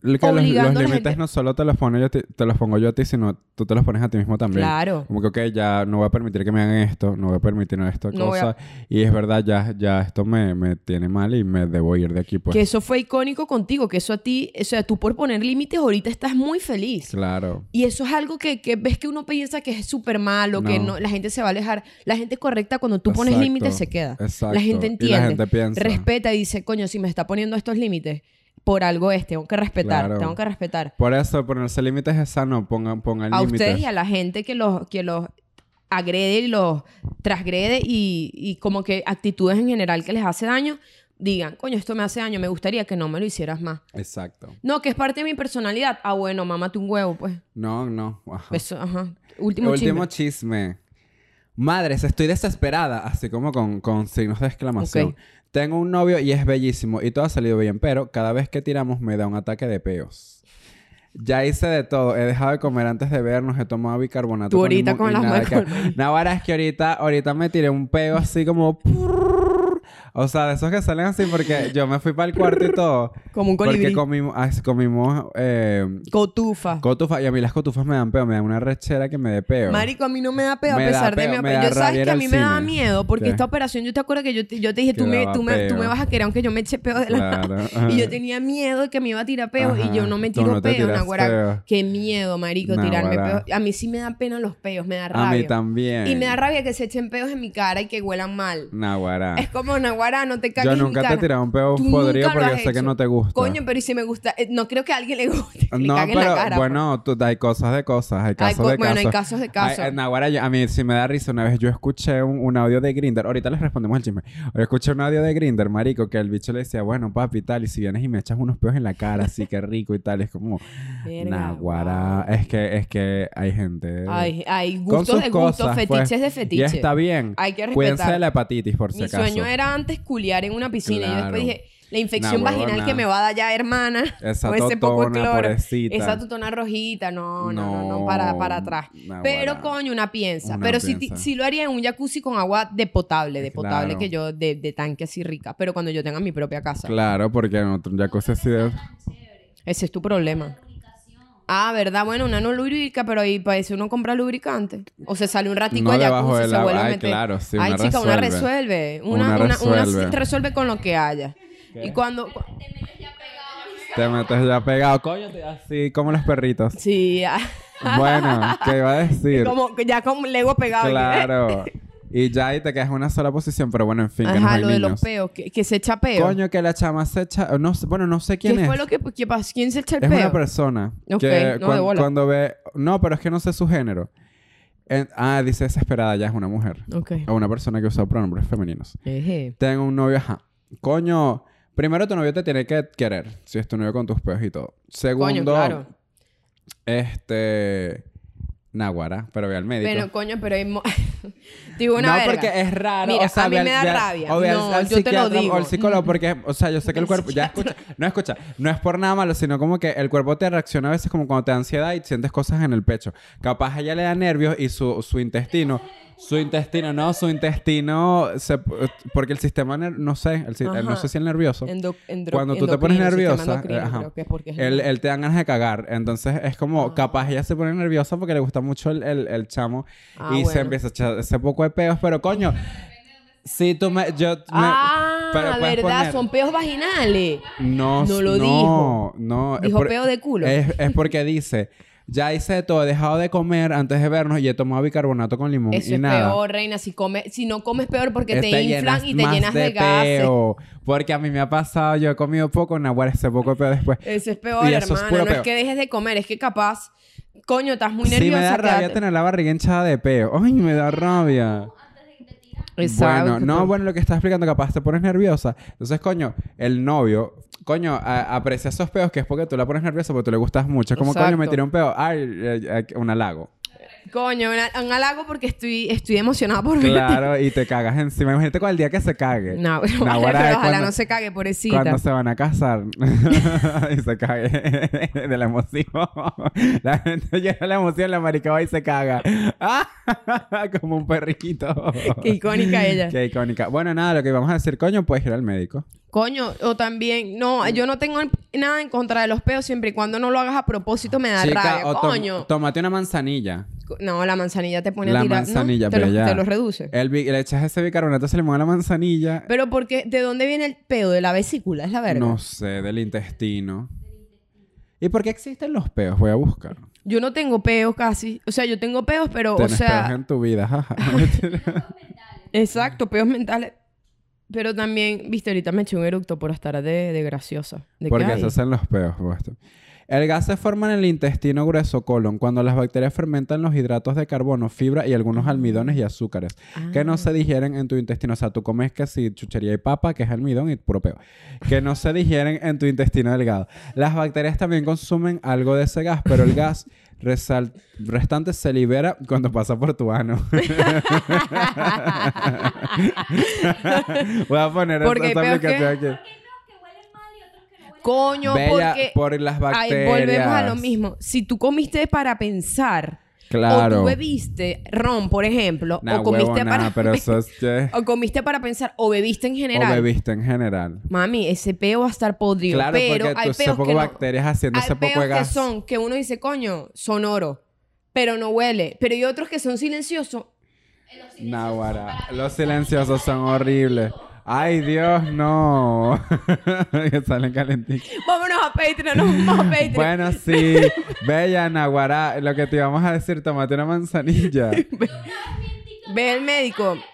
C: lo que los-
D: obligando
C: los
D: a la
C: límites
D: gente.
C: no solo te los, pongo yo a ti- te los pongo yo a ti, sino tú te los pones a ti mismo también.
D: Claro.
C: Como que, ok, ya no voy a permitir que me hagan esto, no voy a permitir esta
D: No voy a-
C: cosa. Y es verdad, ya, ya esto me, me tiene mal y me debo ir de aquí, pues.
D: Que eso fue icónico contigo, que eso a ti, o sea, tú por poner límites ahorita estás muy feliz.
C: Claro.
D: Y eso es algo que, que ves que uno piensa que es súper malo, que
C: No.
D: no, la gente se va a alejar. La gente correcta, cuando tú pones
C: Exacto,
D: límites, se queda.
C: exacto.
D: La gente
C: Y la
D: entiende,
C: gente piensa.
D: respeta y dice, coño, si me está poniendo estos límites, por algo es, tengo que respetar,
C: Claro.
D: tengo que respetar.
C: Por eso, ponerse límites es sano, pongan, pongan
D: a
C: límites.
D: ustedes y a la gente que los, que los agrede y los transgrede y, y como que actitudes en general que les hace daño, digan, coño, esto me hace daño, me gustaría que no me lo hicieras más.
C: Exacto.
D: No, que es parte de mi personalidad. Ah, bueno, mámate un huevo, pues.
C: No, no. Ajá.
D: Eso, ajá. Último,
C: Ah. Último
D: último
C: chisme. Madres, estoy desesperada, así como con, con signos de exclamación.
D: Ok.
C: Tengo un novio y es bellísimo y todo ha salido bien, pero cada vez que tiramos me da un ataque de peos. Ya hice de todo, he dejado de comer antes de vernos, he tomado bicarbonato.
D: Tú ahorita con las
C: nada
D: Michael
C: que-
D: Myers.
C: Naguará, es que ahorita, ahorita me tiré un peo así como. prrrr. O sea, de esos que salen así porque yo me fui para el cuarto y todo.
D: Como un colibrí.
C: Porque comimos, ah, comimos eh,
D: Cotufa.
C: cotufas y a mí las cotufas me dan peo, me dan una rechera que me dé peo.
D: Marico, a mí no me da peo a
C: Me da
D: pesar de
C: peo,
D: mi
C: me da
D: operación. Yo
C: rabia
D: sabes
C: ir
D: que a
C: al
D: mí me daba
C: cine.
D: miedo porque
C: ¿Qué?
D: esta operación, yo te acuerdo que yo te, yo te dije,
C: Que
D: tú me,
C: daba
D: tú, me, tú me
C: peo.
D: vas a querer aunque yo me eche peo de la
C: Claro.
D: Y yo tenía miedo de que me iba a tirar peo
C: Ajá.
D: y yo no me
C: Tú
D: tiro
C: no te
D: peo,
C: tiras
D: Naguará.
C: peo.
D: Qué miedo, marico, tirarme
C: Naguará.
D: peo. A mí sí me dan pena los peos, me da rabia.
C: A mí también.
D: Y me da rabia que se echen peos en mi cara y que huelan mal.
C: Naguará.
D: Es como Naguará, no te cagues
C: Yo
D: en mi
C: nunca te he
D: cara.
C: tirado un peo
D: Tú
C: podrido
D: nunca lo
C: porque
D: has
C: sé que
D: hecho.
C: no te gusta.
D: Coño, pero y si me gusta, eh, no creo que a alguien le guste que
C: No,
D: le cague en la
C: pero
D: cara. pues.
C: bueno, tú- hay cosas de cosas, hay casos
D: co-
C: de
D: bueno,
C: casos.
D: hay casos de casos.
C: Ay, eh, Naguará, yo- a mí sí me da risa. Una vez yo escuché un, un audio de Grinder. Ahorita les respondemos el chisme. Yo escuché un audio de Grinder, marico, que el bicho le decía, bueno, papi, tal, y si vienes y me echas unos peos en la cara, así que rico y tal. Es como,
D: Verga,
C: Naguará. Es que, es que hay gente.
D: pues. Ay,
C: Eh,
D: hay
C: con
D: gustos
C: sus
D: de gustos,
C: cosas,
D: fetiches
C: pues.
D: de fetiches.
C: Y está bien.
D: Hay que
C: Cuídense
D: respetar.
C: de la hepatitis, por si
D: Mi
C: acaso.
D: sueño era antes culiar en una piscina. Y yo
C: Claro.
D: después dije, la infección
C: Nah,
D: vaginal
C: huevona.
D: que me va a dar ya, hermana.
C: Esa
D: o ese poco de
C: totona,
D: cloro.
C: pobrecita.
D: Esa totona rojita. No, no, no, no, para, para atrás.
C: Nah,
D: Pero,
C: guará.
D: coño, una piensa.
C: Una
D: Pero si
C: piensa.
D: lo haría en un jacuzzi con agua de potable, de potable
C: Claro.
D: que yo, de, de tanque así rica. Pero cuando yo tenga mi propia casa.
C: Claro, porque en otro jacuzzi así de...
D: Ese es tu problema. Ah, ¿verdad? Bueno, una no lubrica, pero ahí para eso uno compra lubricante. O se sale un ratico
C: No
D: allá
C: debajo
D: como
C: de
D: si se
C: la-
D: vuelve a
C: ay,
D: meter.
C: claro, sí,
D: Ay,
C: una
D: chica, una
C: resuelve.
D: resuelve. Una,
C: Una
D: una, una sí resuelve.
C: resuelve.
D: con lo que haya. Y cuando... cu-
C: Te metes ya pegado. Coño, te- así como los perritos.
D: Sí, ya.
C: Bueno, ¿qué iba a decir?
D: como ya con Lego pegado. aquí.
C: Claro. Y ya ahí te quedas en una sola posición, pero bueno, en fin, que no
D: Ajá,
C: hay
D: lo de los
C: niños.
D: peos, que, que se echa peo.
C: Coño, que la chama se echa... No, sé- bueno, no sé
D: ¿Qué
C: quién es.
D: fue lo que, que pasó? ¿Quién se echa el
C: Es
D: peo?
C: una persona
D: Ok,
C: que
D: no,
C: cuan-
D: de bola.
C: cuando ve... No, pero es que no sé su género. En- Ah, dice desesperada, ya es una mujer.
D: Ok.
C: O una persona que usa pronombres femeninos.
D: Eje.
C: Tengo un novio, ajá. Coño, primero tu novio te tiene que querer, si es tu novio con tus peos y todo. Segundo,
D: Coño, claro.
C: este. Naguara, pero ve al médico.
D: Pero, coño, pero hay... mo- Digo una
C: no,
D: verga.
C: porque es raro.
D: Mira,
C: o sea,
D: a mí
C: ve al-
D: me da
C: ve al-
D: rabia.
C: O ve al-
D: No,
C: al
D: yo te lo
C: psiquiatra
D: digo. Mm.
C: O al psicólogo, porque, o sea, yo sé que el
D: Al
C: cuerpo. Ya escucha, no escucha. No es por nada malo, sino como que el cuerpo te reacciona a veces como cuando te da ansiedad y sientes cosas en el pecho. Capaz a ella le da nervios y su, su intestino. Su intestino, no, su intestino. se- porque el sistema, ner- no sé, el si- el- no
D: Ajá.
C: sé si el nervioso.
D: Endo- endro-
C: Cuando tú te pones
D: endocrino, sistema
C: nerviosa,
D: endocrino,
C: eh, ajá,
D: creo que es porque es Ah.
C: él,
D: el-
C: él te dan ganas de cagar. Entonces es como, capaz ella se pone nerviosa porque le gusta mucho el, el- el chamo
D: Ah,
C: y se
D: bueno.
C: empieza a echar ese poco de peos. Pero coño, si tú me. Yo, me-
D: ah,
C: pero puedes
D: verdad,
C: poner-
D: son peos vaginales.
C: No,
D: No lo
C: no,
D: dijo.
C: No, es
D: Dijo peo de culo.
C: Es, es porque dice. ya hice de todo, he dejado de comer antes de vernos y he tomado bicarbonato con limón
D: Eso
C: Mm, y
D: es
C: nada.
D: peor, reina. Si, come, si no comes, peor porque te,
C: llenas
D: inflan y te
C: más
D: llenas de, gases.
C: peo, porque a mí me ha pasado, yo he comido poco, naguará ese poco de peo después.
D: Eso es peor,
C: Y eso es
D: hermana.
C: puro
D: no es
C: peo.
D: que dejes de comer, es que capaz, coño, estás muy
C: sí,
D: nerviosa.
C: me da rabia
D: quédate-
C: tener la barriga hinchada de peo. Ay, me da rabia.
E: Antes de que te tiras.
D: Exacto.
C: Bueno, no, bueno, lo que estás explicando, capaz te pones nerviosa. Entonces, coño, el novio, coño, a- aprecia esos peos que es porque tú la pones nerviosa porque tú le gustas mucho. Es como, coño, me
D: Exacto.
C: tiré un peo. Ay, eh, eh, un halago.
D: Coño, un, un halago porque estoy, estoy emocionada por verte.
C: Claro, y te cagas encima. Imagínate con el día que se cague.
D: No, pero,
C: Nah,
D: vale,
C: guarda,
D: pero
C: es
D: ojalá
C: cuando-
D: no se cague, pobrecita.
C: Cuando se van a casar y se cague de la emoción. La gente llega a la emoción, la marica va y se caga. ¡Ah! Como un perrito.
D: Qué icónica ella.
C: Qué icónica. Bueno, nada, lo que vamos a decir, coño, puedes ir al médico.
D: Coño, o también,
C: Mm.
D: no, yo no tengo nada en contra de los peos siempre y cuando no lo hagas a propósito me da rabia.
C: o tom-
D: Ah, Coño.
C: tómate una manzanilla.
D: No, la manzanilla te pone a
C: La
D: tirar. ¿no?
C: manzanilla,
D: te,
C: pero
D: los,
C: ya.
D: te los reduce.
C: El bi- le echas ese bicarbonato se le mueve la manzanilla.
D: Pero porque, ¿de dónde viene el peo? De la vesícula, es la verga.
C: No sé, del intestino. ¿Y por qué existen los peos? Voy a buscar.
D: Yo no tengo peos casi. O sea, yo tengo peos, pero,
C: Tienes
D: o sea.
C: peos en tu vida, jaja.
D: Exacto, peos mentales. Pero también, viste, ahorita me eché un eructo por estar de, de graciosa. ¿De qué
C: Porque
D: hay?
C: se hacen los peos. puesto. El gas se forma en el intestino grueso colon cuando las bacterias fermentan los hidratos de carbono, fibra y
D: Ah.
C: algunos almidones y azúcares que no se digieren en tu intestino. O sea, tú comes que si chuchería y papa, que es almidón y puro peo. Que no se digieren en tu intestino delgado. Las bacterias también consumen algo de ese gas, pero el gas resal- restante se libera cuando pasa por tu ano. Voy a poner esa,
D: Porque hay
C: esa
D: peos que-
C: aplicación aquí.
E: Hay unos que huelen mal y otros que no huelen
D: Coño,
C: Bella,
D: porque...
C: por las
D: Ay,
C: bacterias.
D: volvemos a lo mismo. Si tú comiste para pensar... O
C: Claro.
D: tú bebiste ron, por ejemplo,
C: Nah,
D: o comiste
C: huevo,
D: para
C: nah, pero eso es que-
D: o comiste para pensar o bebiste en general.
C: O bebiste en general.
D: Mami, ese peo va a estar podrido,
C: Claro,
D: pero
C: porque
D: hay
C: tú
D: peos
C: ese poco
D: que no-
C: bacterias haciendo
D: hay
C: ese poco
D: peos
C: de gas.
D: que son que uno dice, "Coño, sonoro", pero no huele, pero hay otros que son silenciosos
C: Naguará. Los silenciosos son horribles. Ay, Dios, no. que salen calentitos.
D: Vámonos a Patreon, nos vamos a Patreon.
C: Bueno, sí. Bella, Naguará. Lo que te íbamos a decir, tomate una manzanilla.
E: Una vez vi en TikTok,
D: Ve al médico.
E: pero venden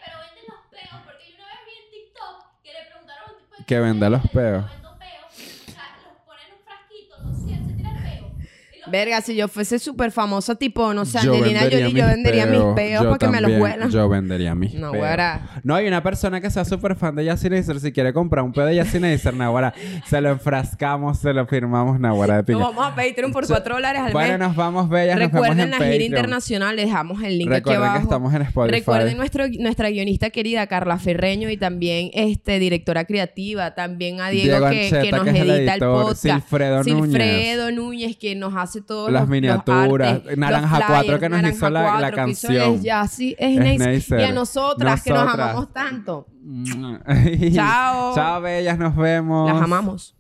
E: los peos, porque yo una vez vi en TikTok que le preguntaron a un tipo de
C: Que venda los
E: que
C: peos.
E: vendo peos, o sea, los ponen en un frasquito, los cierran, se tira el peo. Y los
D: Verga, si yo fuese súper famosa, tipo, no sé,
C: Yo
D: Angelina
C: vendería
D: Jolie, yo
C: mis
D: vendería mis peos
C: yo
D: para que me los
C: también,
D: huelan.
C: Yo vendería mis
D: No,
C: peos.
D: guará.
C: No, hay una persona que sea súper fan de Yasin Acer. Si quiere comprar un pedo de Yasin Acer, Nahuara, se lo enfrascamos, se lo firmamos, Nahuara de
D: Nos
C: piña.
D: vamos a Patreon por 4 dólares al
C: Bueno,
D: mes.
C: nos vamos, bellas. nos vemos
D: Recuerden
C: en
D: la
C: Patreon.
D: gira internacional, les dejamos el link
C: Recuerden
D: aquí
C: que
D: abajo.
C: estamos en Spotify.
D: Recuerden nuestro, nuestra guionista querida Carla Ferreño y también este directora creativa, también a Diego,
C: Diego
D: que,
C: Ancheta,
D: que nos
C: que es el
D: edita el
C: editor,
D: podcast.
C: Silfredo Núñez.
D: Silfredo Núñez, que nos hace todos
C: Las
D: los- los
C: miniaturas,
D: artes,
C: Naranja
D: los
C: Cuatro, que nos
D: Naranja
C: hizo la- la
D: Cuatro, que hizo
C: canción.
D: Es Yassi, es Neis.
C: Neisser.
D: Y a nosotras, que nos
C: Nosotras.
D: amamos tanto.
C: Chao.
D: Chao.
C: Chao, bellas. Nos vemos.
D: Las amamos.